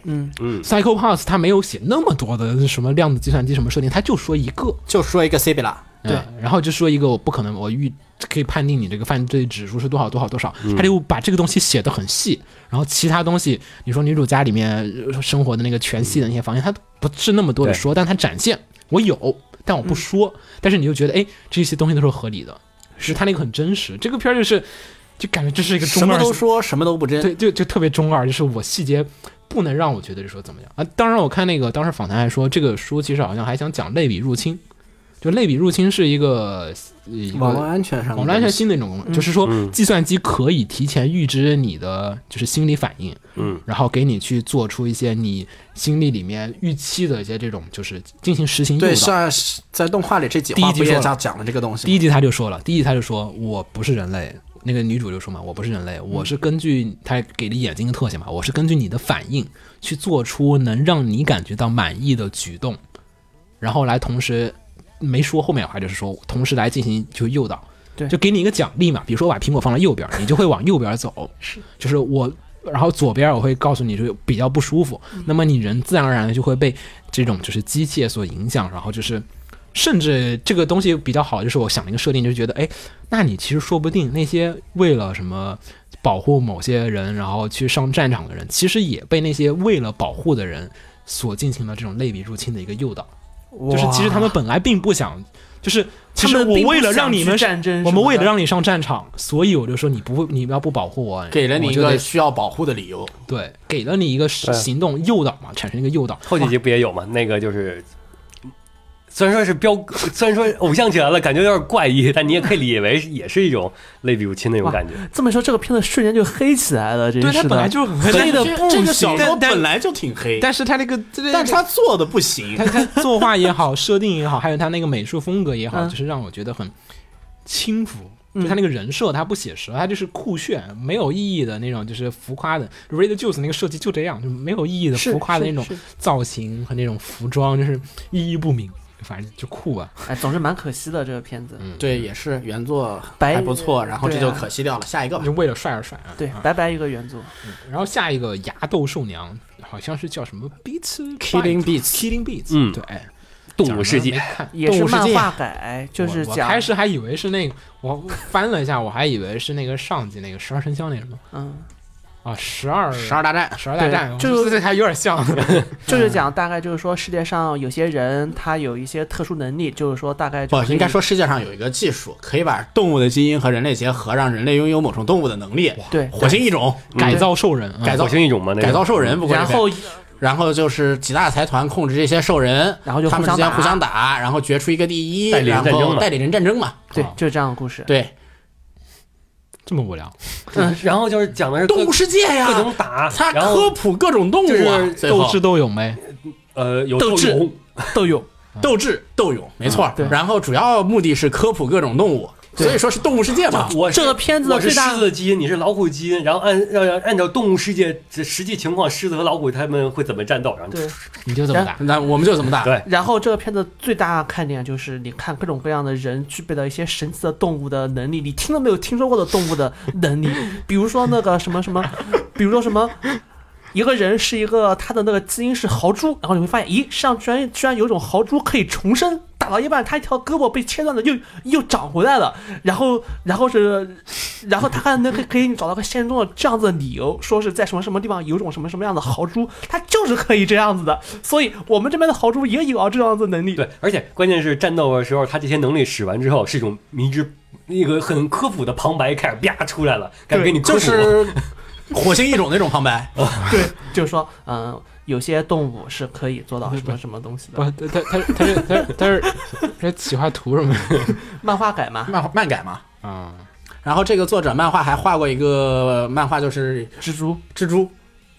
Psycho Pass 它没有写那么多的什么量子计算机什么设定，它就说一个，就说一个 C B 啦，对，嗯然后就说一个我不可能，我预可以判定你这个犯罪指数是多少多少多少，他就把这个东西写得很细，然后其他东西，你说女主家里面呃生活的那个全系的那些房间，他不是那么多的说，但他展现我有，但我不说，但是你就觉得哎，这些东西都是合理的，是他那个很真实，这个片儿就是就感觉这是一个什中么二都说，什么都不真。对，就就特别中二，就是我细节不能让我觉得就说怎么样啊。当然，我看那个当时访谈还说，这个书其实好像还想讲类比入侵，就类比入侵是一个呃一个网络安全上的网络安全新的一种功能，就是说嗯计算机可以提前预知你的就是心理反应，嗯，然后给你去做出一些你心理里面预期的一些这种就是进行实行诱对，导。上在动画里这几第话一集不也说了讲讲了这个东西第吗？一集他就说了，第一集他就说我不是人类，那个女主就说嘛，我不是人类，我是根据他给了眼睛的特写嘛，我是根据你的反应去做出能让你感觉到满意的举动，然后来同时没说后面的话，就是说同时来进行就诱导，对就给你一个奖励嘛，比如说我把苹果放到右边，你就会往右边走，是，就是我。然后左边我会告诉你，就比较不舒服。那么你人自然而然地就会被这种就是机械所影响，然后就是甚至这个东西比较好，就是我想了一个设定，就是觉得，哎，那你其实说不定那些为了什么保护某些人，然后去上战场的人，其实也被那些为了保护的人所进行了这种类比入侵的一个诱导。就是其实他们本来并不想，就是其实他们我并不为了想让你去们战争我什们么的为了让你上战场，所以我就说你不会，你要不保护我，给了你我一就个得需要保护的理由。对，给了你一个行动诱导嘛，产生一个诱导。后几集不也有 吗？那个就是，虽然说是标，虽然说偶像起来了，感觉有点怪异，但你也可以理解为是也是一种类比入侵那种感觉。这么一说，这个片子瞬间就黑起来了，真对，是它的。本来就是很黑黑的但是不这行个小说但但本来就挺黑，但是它那个，但是他做的不行他。他作画也好，设定也好，还有他那个美术风格也好，嗯就是让我觉得很轻浮。就他那个人设，他不写实，他就是酷炫，没有意义的那种，就是浮夸的。Red Juice 那个设计就这样，就没有意义的是浮夸的是那种是造型和那种服装，就是意义不明，反正就酷吧。哎，总之蛮可惜的这个片子。对，也是原作白还不错，然后这对就啊可惜掉了。下一个吧就，为了帅而帅啊。对啊，拜拜一个原作，然后下一个牙豆兽娘好像是叫什么 Beats Killing Bite Beats Killing Beats，嗯对，动物世讲界什么没看也动是物世漫界画改，就是我我讲开始还以为是那个，我翻了一下，我还以为是那个上季那个十二生肖那什么嗯，啊，十二十二大战，十二大战，对我就说这嗯还有点像。嗯就是讲大概就是说世界上有些人他有一些特殊能力，就是说大概就不可以应该说世界上有一个技术可以把动物的基因和人类结合，让人类拥有某种动物的能力。对火星异种，改造兽人，啊改造火星一种嘛，那个改造兽人，不过然后然后就是几大财团控制这些兽人，然后就他们互相之间打互相打，然后决出一个第一，代理人然战争后嘛代理人战争嘛，对，就是这样的故事。对，这么无聊，嗯，然后就是讲的是各动物世界啊呀，各种打，他然科后普各种动物啊就是，最后斗智斗勇呗。呃有斗斗志勇，斗勇，斗智斗勇，没嗯错。对然后主要目的是科普各种动物，所以说是动物世界嘛。我是这个片子的我是最大狮子的基因，你是老虎基因，然后按要按照动物世界这实际情况，狮子和老虎他们会怎么战斗，然后对。你就这么打，那我们就这么打。对然后这个片子最大的看点就是，你看各种各样的人具备了一些神奇的动物的能力，你听都没有听说过的动物的能力，比如说那个什么什么，比如说什么。 一个人是一个他的那个基因是豪猪，然后你会发现，咦，世上居然居然有一种豪猪可以重生，打到一半，他一条胳膊被切断了，又又长回来了，然后然后是，然后他还能可以找到个现实中的这样子的理由，说是在什么什么地方有种什么什么样的豪猪，他就是可以这样子的，所以我们这边的豪猪也有这样子的能力， 对，而且关键是战斗的时候，他这些能力使完之后，是一种迷之一个很科普的旁白开始啪出来了，开始给你科普。就是火星异种那种旁白， 对，就是说，嗯、有些动物是可以做到什么什么东西不的，，他他他是他他是他是企划图什么漫画改嘛，漫漫改嘛。的啊？然后这个作者漫画还画过一个漫画，就是蜘蛛蜘蛛，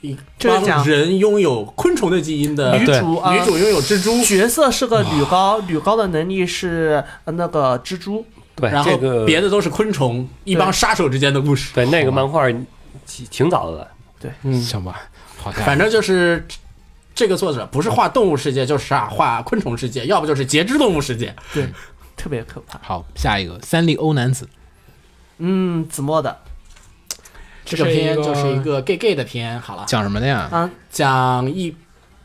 一就是讲帮人拥有昆虫的基因的女呃对主啊女主拥有蜘蛛，角色是个女高，女高的能力是呃那个蜘蛛，对，然后这个别的都是昆虫，一帮杀手之间的故事。对那个漫画挺挺早的了，嗯，行吧，好像反正就是。这个作者不是画动物世界，就是啊画昆虫世界，要不就是截肢动物世界。对，特别可怕。好，下一个三丽鸥男子，嗯，子墨的这个片这就是是一一个 gay gay 的片，好了，讲什么的呀？啊，讲一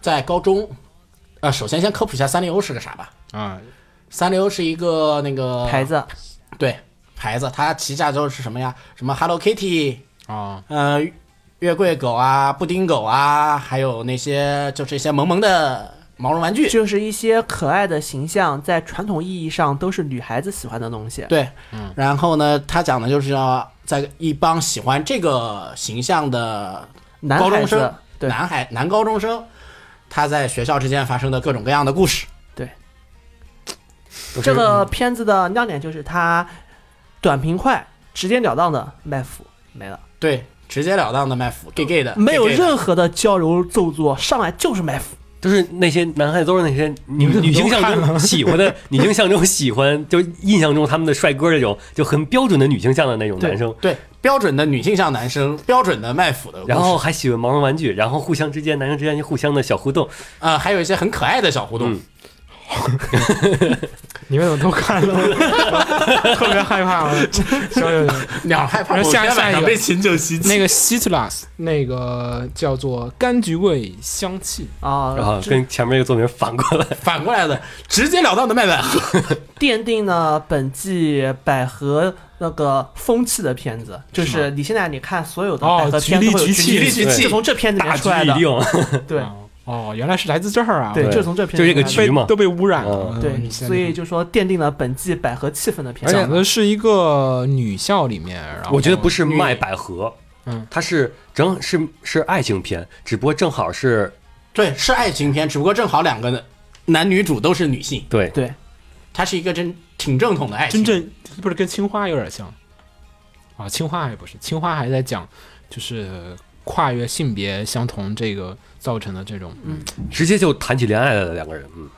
在高中，呃，首先先科普一下三丽鸥是个啥吧。啊，三丽鸥是一个那个牌子，对牌子，它旗下就是什么呀？什么 Hello Kitty，哦，呃，月桂狗啊，布丁狗啊，还有那些就是一些萌萌的毛绒玩具。就是一些可爱的形象，在传统意义上都是女孩子喜欢的东西。对，然后呢，他讲的就是要在一帮喜欢这个形象的男高孩中子生，啊对男孩男高中生，他在学校之间发生的各种各样的故事。都是这个嗯片子的亮点就是它短平快、直截了当的卖腐没了，对，直截了当的卖腐，gay gay 呃的，没有 gay gay 的任何的娇柔做作，上来就是卖腐。就是那些男孩都是那些女女性象中喜欢的，女性象中喜欢，就印象中他们的帅哥这种就很标准的女性向的那种男生，对标准的女性向男生，标准的卖腐的故事，然后还喜欢毛绒玩具，然后互相之间男生之间就互相的小互动，呃，还有一些很可爱的小互动。嗯你们怎么都看了？ 特别害 怕了。行行行，鸟害怕，然后下我今天晚下一上个被秦九 袭击。那个 citrus 那个叫做柑橘味香气，然后啊，这跟前面一个作品反过来，反过来的，直截了当的卖百 合。奠定了本季百合那个风气的片子，就是你现在你看所有的百合哦，片局力都会有局局气力，局气就从这片子里大面局出来已的，定，对哦，原来是来自这儿啊，对，对就是从这片就子这个出来的局嘛被都被污染了，嗯嗯对，所以。就说奠定了本季百合气氛的片你现在讲子。的是一个女校里面，然后我觉得不是女卖百合，嗯，它是正是是爱情片，只不过正好是对，是爱情片，只不过正好两个男女主都是女性，对对，它是一个真挺正统的爱情。真正不是跟青花有点像啊，青花还不是，青花还在讲就是跨越性别相同这个造成的这种，嗯，直接就谈起恋爱来了两个人，嗯，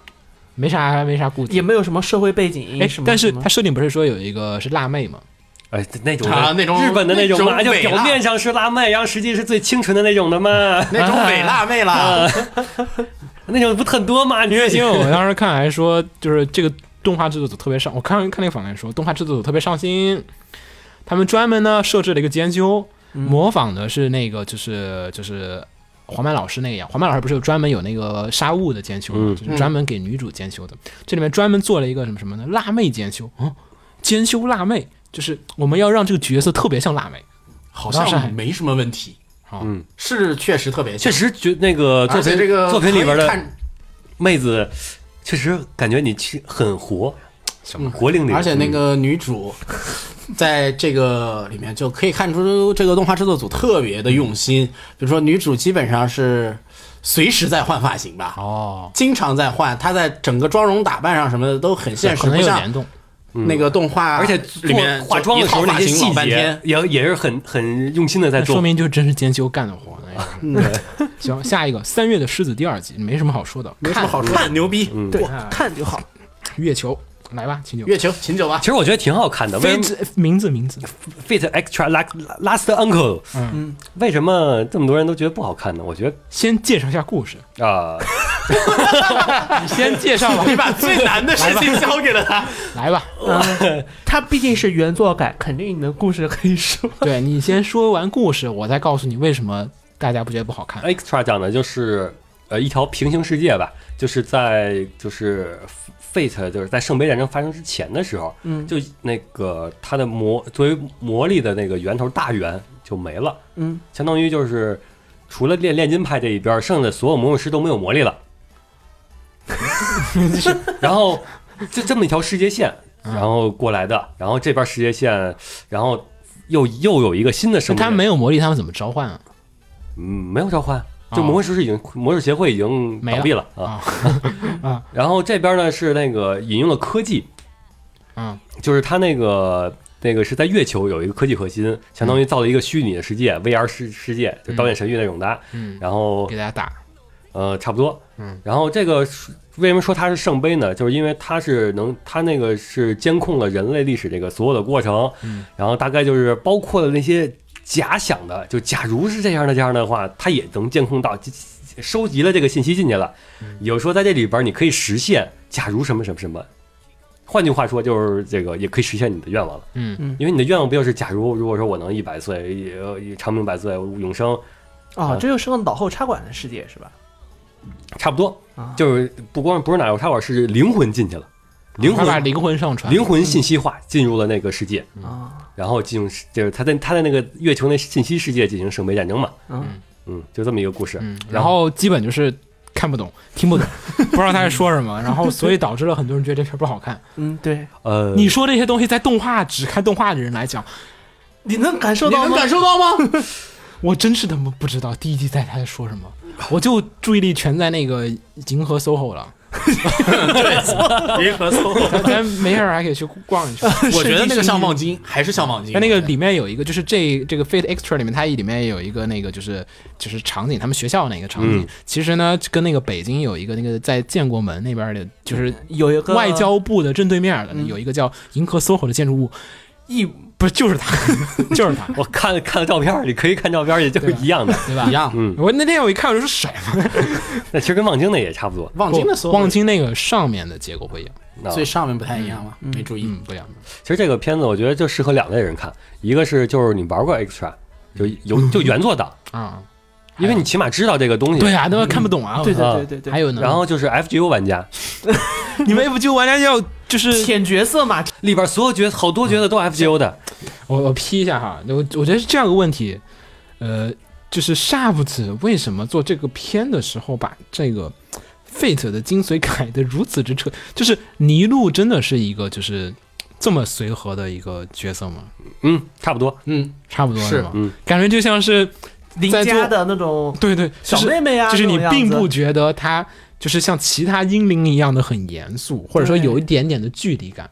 没啥没啥顾忌也。没有什么社会背景哎什么，但是什么它设定不是说有一个是辣妹嘛？哎，那种啊的那种日本的那种嘛，那就种美啊表辣面上是辣妹，然后实际是最清纯的那种 的嘛，那种伪辣妹啊啦，那种不很多嘛？你也 因行为，我当时看还说，就是这个动画制作组特别上，我看看那个访谈说，动画制作组特别上心，他们专门呢设置了一个监修，嗯模仿的是那个就是就是黄曼老师那个样。黄曼老师不是有专门有那个纱雾的监修吗？嗯就是专门给女主监修的。这里面专门做了一个什么什么呢？辣妹监修， 哦，监修辣妹，就是我们要让这个角色特别像辣妹。好当时还像没什么问题。啊嗯，是确实特别确像，实觉那个作而且品啊这个作品里边可以的看，妹子，确实感觉你去很活，什么活灵灵，而且那嗯个女主在这个里面就可以看出这个动画制作组特别的用心。比如说，女主基本上是随时在换发型吧，哦，经常在换，她在整个妆容打扮上什么的都很现实，可能不有像联动。那个动画，而且嗯里面做化妆的时候一套那发些型细老半节天，也也是很很用心的在那做，说明就是真是监修干的活。那个是嗯 行，下一个三月的狮子第二季没什么好说的，没什么好说的，牛逼。对看看就好。月球来吧，请酒。月球秦九吧其，实我觉得挺好看的。为非什么之名字名字 Fit Extra Last Last Uncle，嗯，为什么这么多人都觉得不好看呢？我觉先介绍一下故事，得啊，先介绍吧， 你把最难的事情交给了他。 来吧， 它嗯毕竟是原作改，肯定你的故事可以说。 对你先说完故事，我再告诉你为什么大家不觉得不好看。 Extra 讲的就是呃一条平行世界吧，就是在就是 Fate 就是在圣杯战争发生之前的时候，嗯就那个它的魔作为魔力的那个源头大源就没了，嗯，相当于就是除了炼炼金派这一边，剩下的所有魔术师都没有魔力了。 然后就这么一条世界线，嗯然后过来的，然后这边世界线，然后又又有一个新那的圣杯他们没有魔力，他们怎么召唤啊？嗯，没有召唤，就魔术师已经、魔术协会已经哦没倒闭了啊。 啊然后这边呢是那个引用了科技，嗯，就是他那个那个是在月球有一个科技核心，相当于造了一个虚拟的世界、VR 世世界，就导演神域那种的。嗯然后给大家打，呃，差不多。嗯，然后这个是为什么说它是圣杯呢？就是因为它是能，它那个是监控了人类历史这个所有的过程，嗯，然后大概就是包括了那些假想的，就假如是这样的这样的话，它也能监控到，就收集了这个信息进去了。有说在这里边你可以实现，假如什么什么什么。换句话说，就是这个也可以实现你的愿望了，嗯嗯因为你的愿望不就是假如如果说我能一百岁，也也长命百岁，永生，啊啊，这就是个脑后插管的世界是吧？差不多啊，就是不光不是奶油插管，是灵魂进去了，灵啊他把嗯魂灵魂上传，灵魂信息化进入了那个世界，啊，然后进入就是他在他在那个月球那信息世界进行圣杯战争嘛，嗯嗯，就这么一个故事，嗯，然后基本就是看不懂、听 不懂，不知道他在说什么，然后所以导致了很多人觉得这片不好看。嗯，对，呃，你说这些东西在动画只看动画的人来讲，你能感受你到能吗？感受到吗？我真是他妈不知道第一季在他在说什么，我就注意力全在那个银河 SOHO 了。银河搜，咱咱没事儿还可以去逛 一圈。 我觉得 那个哎像望京还是像望京。但那个里面有一个，就是这这个 Fate Extra 里面，它里面有一个那个就是就是场景，他们学校那个场景，嗯其实呢跟那个北京有一个那个在建国门那边的，就是有一个嗯外交部的正对面的、有一个叫银河 SOHO 的建筑物，一不是就是他， 就是他， 我看看了照片儿，你可以看照片儿，也就是一样的。对 吧？一样。嗯，我那天我一看，我就说啊什么？那其实跟望京的也差不多。望京的所有望京那个上面的结构不一样，那最上面不太一样吗？没注意。嗯，不一样。其实这个片子我觉得就适合两类人看，一个是就是你玩过 Extra，就嗯有就原 作党，啊，因为你起码知道这个东西。对。啊，那看不懂啊。对我对对对对，还有呢， 然后就是 FGO 玩家你们 F 九玩家要就是舔角色嘛，里边所有角好多角色都嗯 FGO 的，我我批一下哈，我我觉得是这样个问题，呃，就是夏普子为什么做这个片的时候把这个 Fate 的精髓改得如此之彻？就是尼禄真的是一个就是这么随和的一个角色吗？嗯，差不多，嗯，差不多是吗？嗯，感觉就像是邻在做家的那种对对，就小是妹妹啊，就是你那种并样子不觉得他就是像其他英灵一样的很严肃，或者说对有一点点的距离感，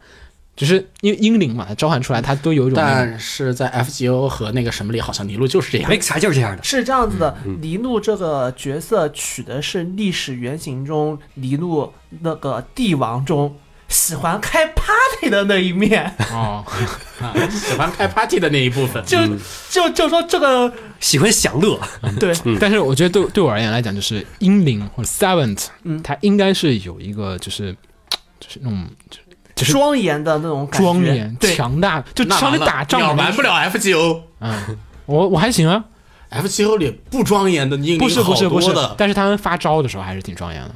只是因为英灵嘛，它召唤出来它都有一种那种但是在 FGO 和那个什么里，好像尼禄就是这样。 Extra 就是这样的。是这样子的，嗯尼禄这个角色取的是历史原型中尼禄那个帝王中喜欢开 party 的那一 面，哦，啊，喜欢开 party 的那一部分。就就就说这个喜欢享乐，对嗯但是我觉得对对我而言来讲，就是英灵或者 Seventh，嗯它应该是有一个就是就是那种就是庄严的那种感觉，庄严、对，强大，就那上完来了打仗鸟的那玩不了 FGO。嗯，我我还行啊， FGO 里不庄严的英灵不是不是好多不是的，但是他们发招的时候还是挺庄严的。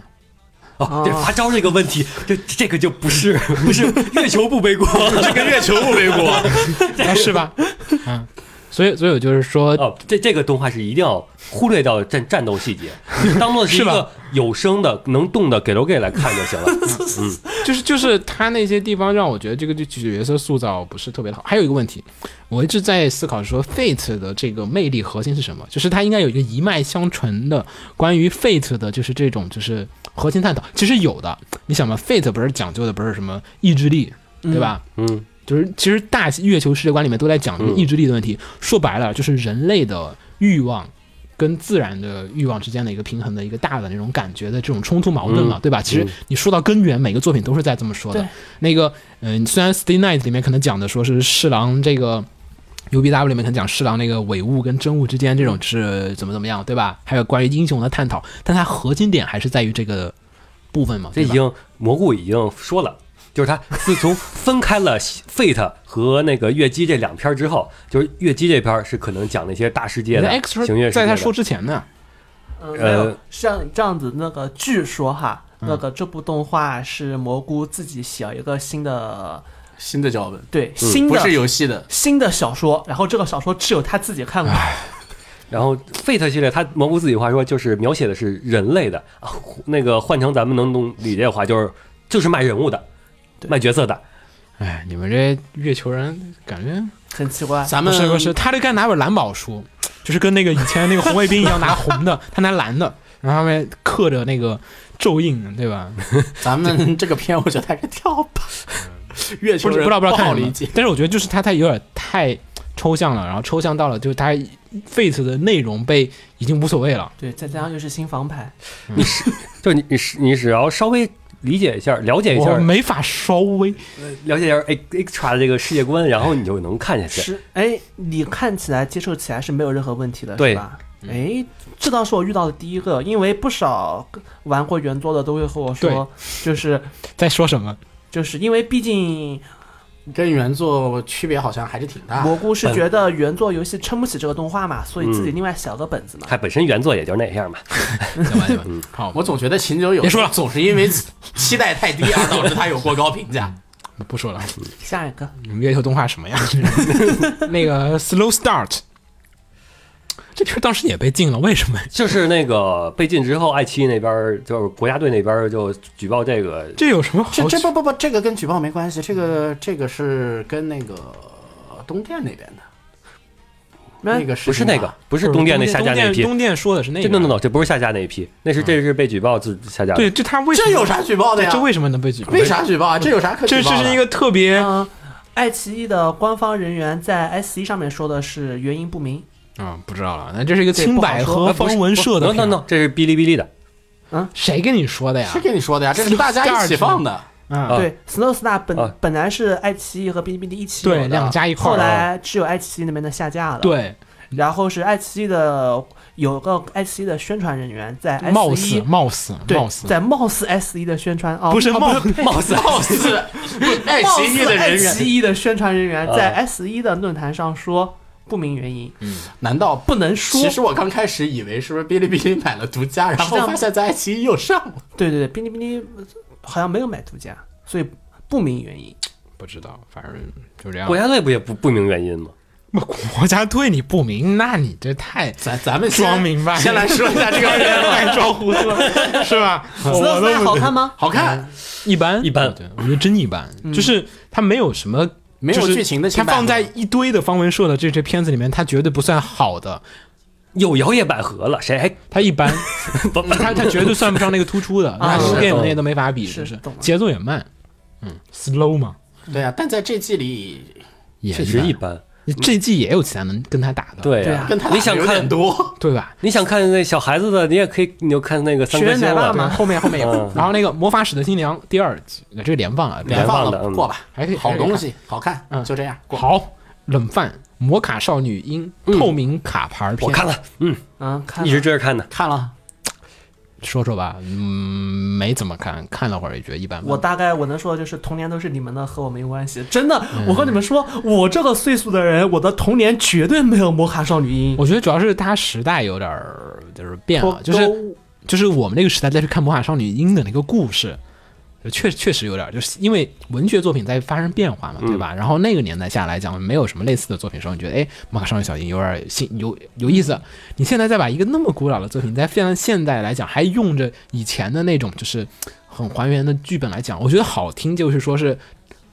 哦， 这发招这个问题，这这个就不是 不是月球不背锅，这跟月球不为过。啊，是 吧？嗯，所以所以我就是说， 哦，这这个动画是一定要忽略掉战战斗细节， 当做是一是个吧有声的、能动的给楼给来看就行了。就是就是他那些地方让我觉得这个角色塑造不是特别的好。还有一个问题，我一直在思考说 Fate 的这个魅力核心是什么？就是它应该有一个一脉相承的关于 Fate 的，就是这种就是核心探讨。其实有的，你想吧，Fate 不是讲究的不是什么意志力，对吧？嗯，就是其实大月球世界观里面都在讲这个意志力的问题。说白了，就是人类的欲望跟自然的欲望之间的一个平衡的一个大的那种感觉的这种冲突矛盾嘛，嗯对吧？其实你说到根源，每个作品都是在这么说的对。那个，嗯、虽然《Stay Night》里面可能讲的说是侍郎这个。U B W 里面可能讲侍郎那个伪物跟真物之间这种是怎么怎么样，对吧？还有关于英雄的探讨，但它核心点还是在于这个部分嘛。这对已吧经蘑菇已经说了。就是他自从分开了 Fate 和那个月姬这两篇之后，就是月姬这篇是可能讲那些大世界你的的行月 extra 世界在的他说之前呢，嗯，没呃有像这样子那个，据说哈，嗯那个这部动画是蘑菇自己写一个新的新的脚本对新嗯不的是游戏的。新的小说，然后这个小说只有他自己看过，然后 Fate 系列，它蘑菇自己话说就是描写的是人类的啊，那个换成咱们能懂理解的话，就是就是卖人物的，卖角色的。哎，你们这月球人感觉很奇怪。咱不们是不是，他就该拿本蓝宝书，就是跟那个以前那个红卫兵一样拿红的，他拿蓝的，然后上面刻着那个咒印，对吧？咱们这个片，我觉得还是跳吧。月球不是人不知道不知道看好什理么解，，但是我觉得就是他太有点太抽象了，然后抽象到了就是他 Fate 的内容被已经无所谓了。对，再加上又是新房牌，就是你你是你只要稍微理解一下、了解一下我、没法稍微，了解一下 extra 的这个世界观，然后你就能看下去。是，哎，你看起来接受起来是没有任何问题的，对是吧？嗯哎，这倒是我遇到的第一个，因为不少玩过原作的都会和我说，就是在说什 么？就是因为毕竟跟原作区别好像还是挺啊大的。蘑菇是觉得原作游戏撑不起这个动画嘛，所以自己嗯另外写了个本子嘛。它本身原作也就那样嘛，行吧行吧，好，我总觉得秦九友别说了 总是因为期待太低而导致他有过高评价。不说了。下一个，你们月球动画什么样？ 那个 Slow Start，这片儿当时也被禁了，为什么？就是那个被禁之后，爱奇艺那边儿就是国家队那边儿就举报这个，这有什么好这这举不不不，这个跟举报没关系，这个这个是跟那个东电那边的那那个事不是情啊那个，不是东电那下架那批，东电说的是那这个。 no no no，这不是下架那一批，那是这是被举报自下架的。对，这他为什么这有啥举报的对呀？这为什么能被举报？为？啥举报啊？这有啥可举这报这的？是一个特别啊、嗯，爱奇艺的官方人员在 S 一上面说的是原因不明，啊不知道了。那这是一个这清不好百说合方文社的 no 片儿 no no，这是哔哩哔哩的。谁跟你说的呀谁？跟你说的呀？这是大家一起放的，啊对，Snow Star 本、啊本来是爱奇艺和哔哩哔哩一起有对，的两家一块儿哦后来只有爱奇艺那边的下架了。，对，然后是爱奇艺的有个爱奇艺的宣传人员在 S E 貌似一。貌似对貌，似在貌似 S 一的宣传哦，不是貌貌似貌似爱貌奇艺似的人爱员，奇艺的宣传人员啊在 S 一的论坛上说不明原因，难道不不能说其。实我刚开始以为是不是哔哩哔哩买了独家，然是这后样发现在爱奇艺又上了。对对对，哔哩哔哩好像没有买独家，所以不明原因。不知道，反正就这样国。家队不也不不明原因吗？ 国家队你不明，那你这太咱咱们先装明白了，先来说一下这 个，太装糊涂了，是吧？Snow 哦我都 Star 不好看吗？好看，一般一般对，我觉得真一般，就是它没有什么。没有就是剧情的它牵绊放在一堆的方文社的这些片子里面，它绝对不算好的，有摇也百合了，谁还它一般，不它它绝对算不上那个突出的，它啊跟是电影那些都没法比，是就是懂了节奏也慢，嗯，slow 嘛，对啊，但在这季里也确实一一般。啊般。这季也有其他能跟他打的，对对呀啊，跟他你想有点看多，对吧？你想看那小孩子的，你也可以，你就看那个三学颗人星奶爸了。嘛，后面后面有。嗯，然后那个《魔法使的新娘》第二季，这个连放啊，连放放的了嗯过吧，还可以好东西。西，好看嗯，就这样过。好，冷饭魔卡少女樱透明卡牌片，我看了，嗯，嗯，看一直追着看的。看了，说说吧，嗯，没怎么看，看了会儿也觉得一般般。我大概我能说的就是童年都是你们的，和我没关系。真的，我跟你们说，我这个岁数的人，我的童年绝对没有《魔卡少女樱》。我觉得主要是它时代有点儿就是变了，嗯脱啊就是就是我们那个时代再去看《魔法少女樱》的那个故事，确确实有点儿，就是因为文学作品在发生变化嘛，对吧？然后那个年代下来讲，没有什么类似的作品的时候，你觉得哎，《魔法少女小樱》有点儿新有有意思。你现在再把一个那么古老的作品，在非常现代来讲，还用着以前的那种就是很还原的剧本来讲，我觉得好听就是说是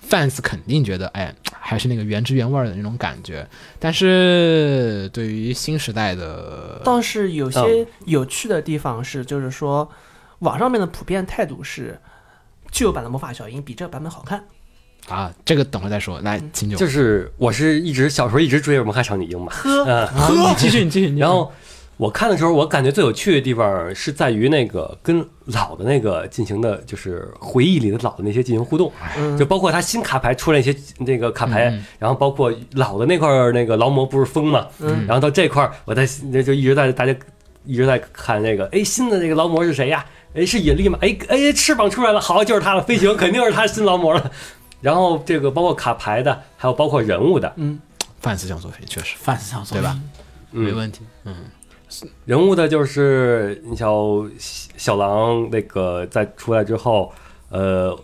fans 肯定觉得，哎，还是那个原汁原味儿的那种感觉。但是对于新时代的，倒是有些有趣的地方是，就是说，网上面的普遍态度是，旧版的《魔法小樱》比这个版本好看。啊，这个等会儿再说。来，秦九，就是我是一直小时候一直追着我们看《少女樱》嘛，呵，嗯，啊你继续，你继续。你继续然后我看的时候，我感觉最有趣的地方是在于那个跟老的那个进行的，就是回忆里的老的那些进行互动，就包括他新卡牌出来一些呃那个卡牌，然后包括老的那块儿那个劳模不是疯嘛，嗯然后到这块儿我在那就一直在大家一直在看那个，哎，新的那个劳模是谁呀？哎，是引力吗？哎哎，翅膀出来了，好，就是他了，飞行肯定是他新劳模了。然后这个包括卡牌的，还有包括人物的，范思想作品确实范思想对吧？嗯没问题。人物的就是你小小狼那个在出来之后，呃，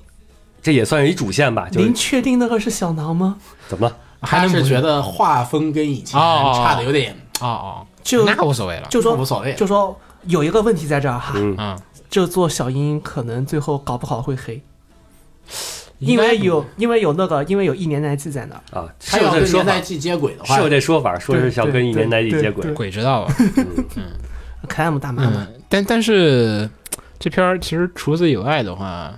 这也算是一主线吧，就是您确定那个是小狼吗？怎么了？还他能是不觉得画风跟以前哦差的有点，哦哦，就那无所谓了。就说无所谓就说有一个问题在这儿哈，嗯嗯，这座小樱可能最后搞不好会黑，因为有因为有那个因为有一年来记在那儿。啊？他是有要这跟说年法代，剧接轨的话是，有这说法，说是想跟一年代剧接轨对对对。鬼知道吧？克莱姆大妈嘛，嗯，但但是这片儿其实除此以外的话，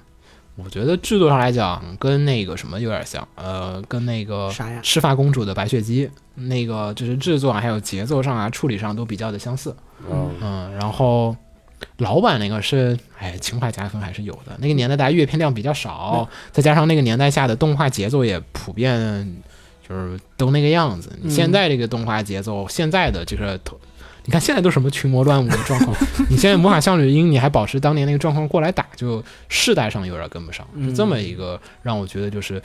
我觉得制作上来讲跟那个什么有点像，呃，跟那个啥呀赤发公主的白雪姬，那个就是制作啊，还有节奏上啊、处理上都比较的相似。嗯，嗯，然后老版那个是，哎，情怀加分还是有的。那个年代大家阅片量比较少，再加上那个年代下的动画节奏也普遍就是都那个样子。你现在这个动画节奏，现在的这个头。你看现在都什么群魔乱舞的状况，你现在魔法少女樱，你还保持当年那个状况过来打，就世代上有点跟不上，是这么一个让我觉得就是，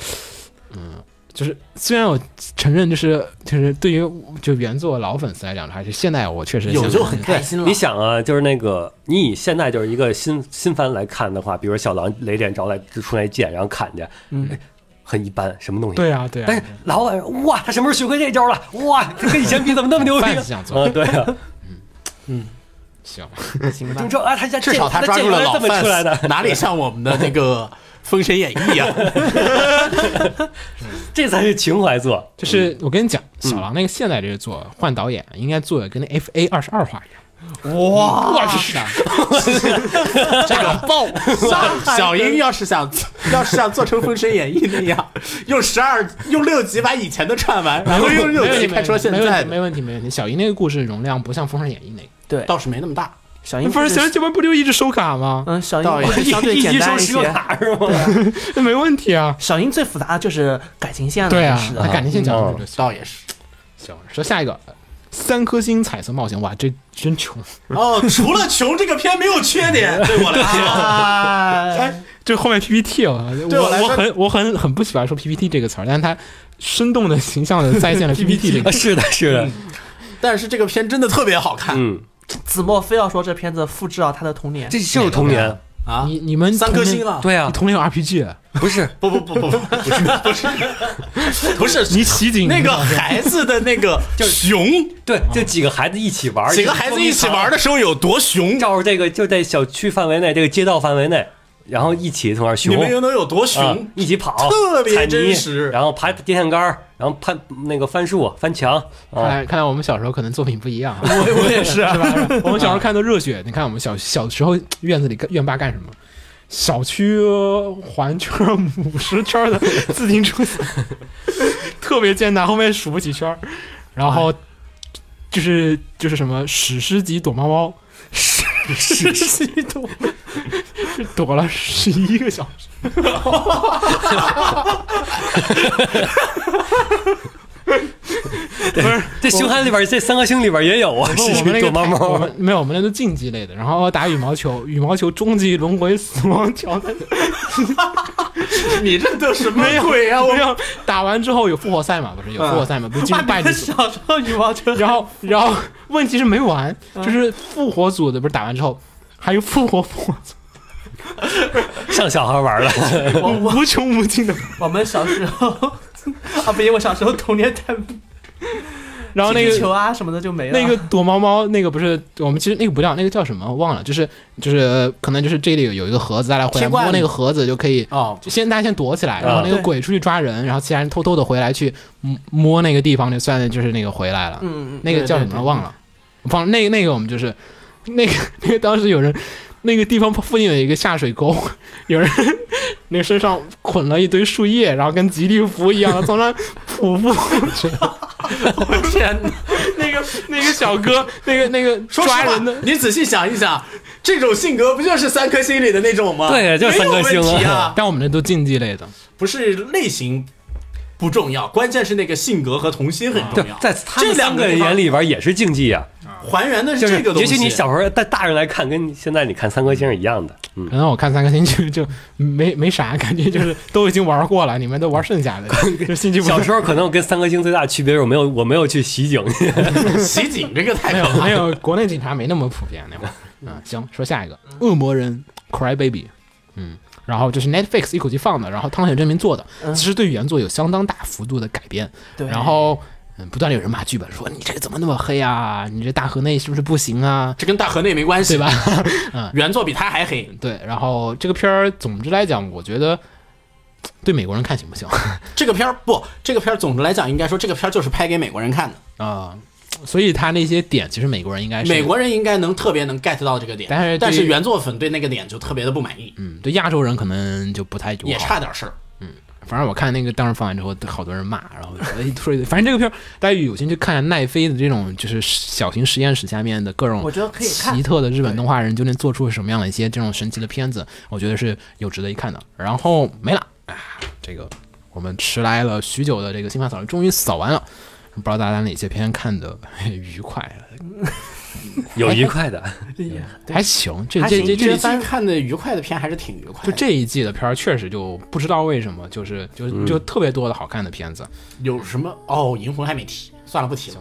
嗯，就是虽然我承认就是就是对于就原作老粉丝来讲，还是现在我确实有想就很开心了你。想啊，就是那个你以现在就是一个新新番来看的话，比如小狼雷电招来之出那剑，然后砍去，嗯哎很一般，什么东西？对啊，对啊。但是老板哇，他什么时候学会这招了？哇，这跟以前比怎么那 么牛逼范？想做啊，对啊，行，行 吧你，说啊，他家至少他他的抓剑住了原来老这么出来的，范，哪里像我们的那个《封神演义》啊？这才是情怀作。就是我跟你讲，小狼那个现在这个做换导演，应该做的跟那 F A 二十二画一样。 哇， 这个爆！小小英要是想，要是想做成《封神演义》那样，用十二用六集把以前的串完，然后用没六问题，集拍出现没问在题，的，没问题，没问题。小姨那个故事容量不像《封神演义》那个，倒是没那么大。小樱不是小人是九万不就一直收卡吗？嗯，小樱倒也故事相对一简级单收一十个些。卡是吗？那没问题啊。小樱最复杂的就是感情线了，对啊真是，那的。感情线讲出去就行。倒也是，行，说下一个，三颗星彩色冒险，哇，这真穷。哦，除了穷，这个片没有缺点，对我来 说，哎，就后面 PPT 啊，对我来我说很我很很不喜欢说 PPT 这个词儿，但是它生动的、形象 的再现了 PPT 这啊，个。是的，是的，嗯但是这个片真的特别好看。嗯，子墨非要说这片子复制了他的童年，这就是童年，啊你你们三同颗龄星了哦对啊你，同龄有 RPG，不是，不不不不不，不是不是 不是，你袭警那个孩子的那个熊，对，就几个孩子一起玩，几个孩子一起玩的，时候有多熊，照着这个就在小区范围内，这个街道范围内，然后一起从那儿熊你，们又能有多熊啊？一起跑，特别踩泥真实然后爬电线杆儿，然后攀那个翻树、翻墙看哎啊，来看来我们小时候可能作品不一样啊，我我也是啊是吧？是吧 我们小时候看的热血，你看我们小小时候院子里干院坝干什么？小区环圈儿五十圈儿的自行车赛，特别艰难，后面数不起圈儿。然后就是就是什么史诗级躲猫猫，史诗级躲，就躲了十一个小时。这熊孩子里边这三颗星里边也有啊，不是我们那个躲猫太我猫们，没有，我们那都竞技类的。然后打羽毛球，羽毛球终极轮回死亡桥段，你这都什么没有鬼呀？啊我没有打完之后有复活赛嘛？不是有复活赛嘛？不是进入败你绩们组，小时候羽毛球， 然后然 后问题是没完，嗯就是复活组的不是打完之后。还有复活复活组，上小孩玩了，无穷无尽的。我们小时候啊，不行，我小时候童年太然后那踢球个啊什么的就没了。那个躲猫猫，那个不是我们其实那个不叫那个叫什么我忘了，就是就是可能就是这里有有一个盒子，大家回来铁罐摸那个盒子就可以哦，就先大家先躲起来，然后那个对鬼出去抓人，然后其他人偷偷的回来去摸摸那个地方，就算就是那个回来了。嗯，嗯那个叫什么忘了，忘了那个那个我们就是那个 那个当时有人那个地方附近有一个下水沟，有人那个身上捆了一堆树叶，然后跟吉利服一样的从那匍匐过去。 天哪！ 那个那个小哥，那个那个说实抓话人的，，你仔细想一想，这种性格不就是三颗星里的那种吗？对就是三颗星啊没有问题啊，但我们那都竞技类的，不是类型不重要，关键是那个性格和童心很对重要，。在他们这两三个个人地方眼里边也是竞技啊，还原的是就这是个东西。也许你小时候带大人来看，跟你现在你看三颗星是一样的，嗯，可能我看三个星期就没没啥感觉，就是都已经玩过了，你们都玩剩 下的，就兴趣不小大时候可能我跟三颗星最大的区别是我没有我没有去袭警，袭警这个太没有可 怕 了。没有，国内警察没那么普遍那会儿。嗯，行，说下一个，恶魔人 Cry Baby，嗯，然后这是 Netflix 一口气放的，然后汤显证明做的，其实对原作有相当大幅度的改编。对然后嗯，不断地有人骂剧本说你这个怎么那么黑啊？你这大河内是不是不行啊？这跟大河内没关系 对吧？原作比他还黑，对，然后这个片儿总之来讲，我觉得对美国人看行不 行这个片儿不，这个片儿总的来讲，应该说这个片儿就是拍给美国人看的，啊？所以他那些点，其实美国人应哎该是美国人应该能特别能 get 到这个点，但但是对于原作粉对那个点就特别的不满意，嗯，对亚洲人可能就不太友也好差点事儿。反正我看那个当时放完之后，好多人骂，然后说，哎，说反正这个片儿，大家有心去看奈飞的这种就是小型实验室下面的各种我觉得可以看奇特的日本动画人究竟做出了什么样的一些这种神奇的片子，我觉得是有值得一看的。然后没了啊，这个我们迟来了许久的这个新番扫描终于扫完了，不知道大家哪些片看的愉快，有愉快的，还行，这还这行这这这一季看的愉快的片还是挺愉快就的，这一季的片儿确实就不知道为什么，就是就嗯就特别多的好看的片子。有什么哦，银魂还没提，算了不提了。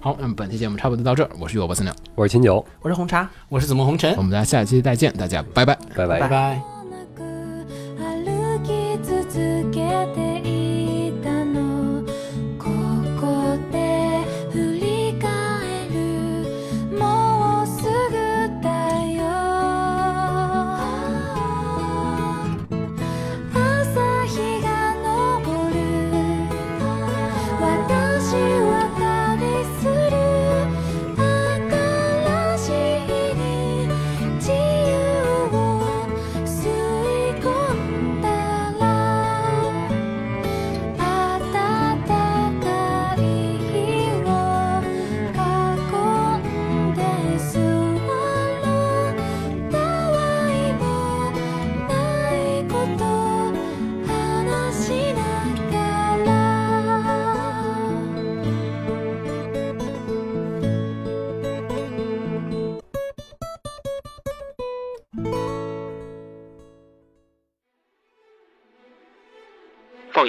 好，那么本期节目差不多到这儿，我是主播三鸟，我是秦九，我是红茶。我是怎么红尘我，们大家下期再见，大家拜拜。拜拜拜拜拜。なく歩き続けていたのここで振り返るもうすぐだよ朝日が昇る私渡りする新しい自由を吸い込んだら放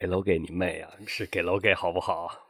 给楼给你妹啊！是给楼给好不好？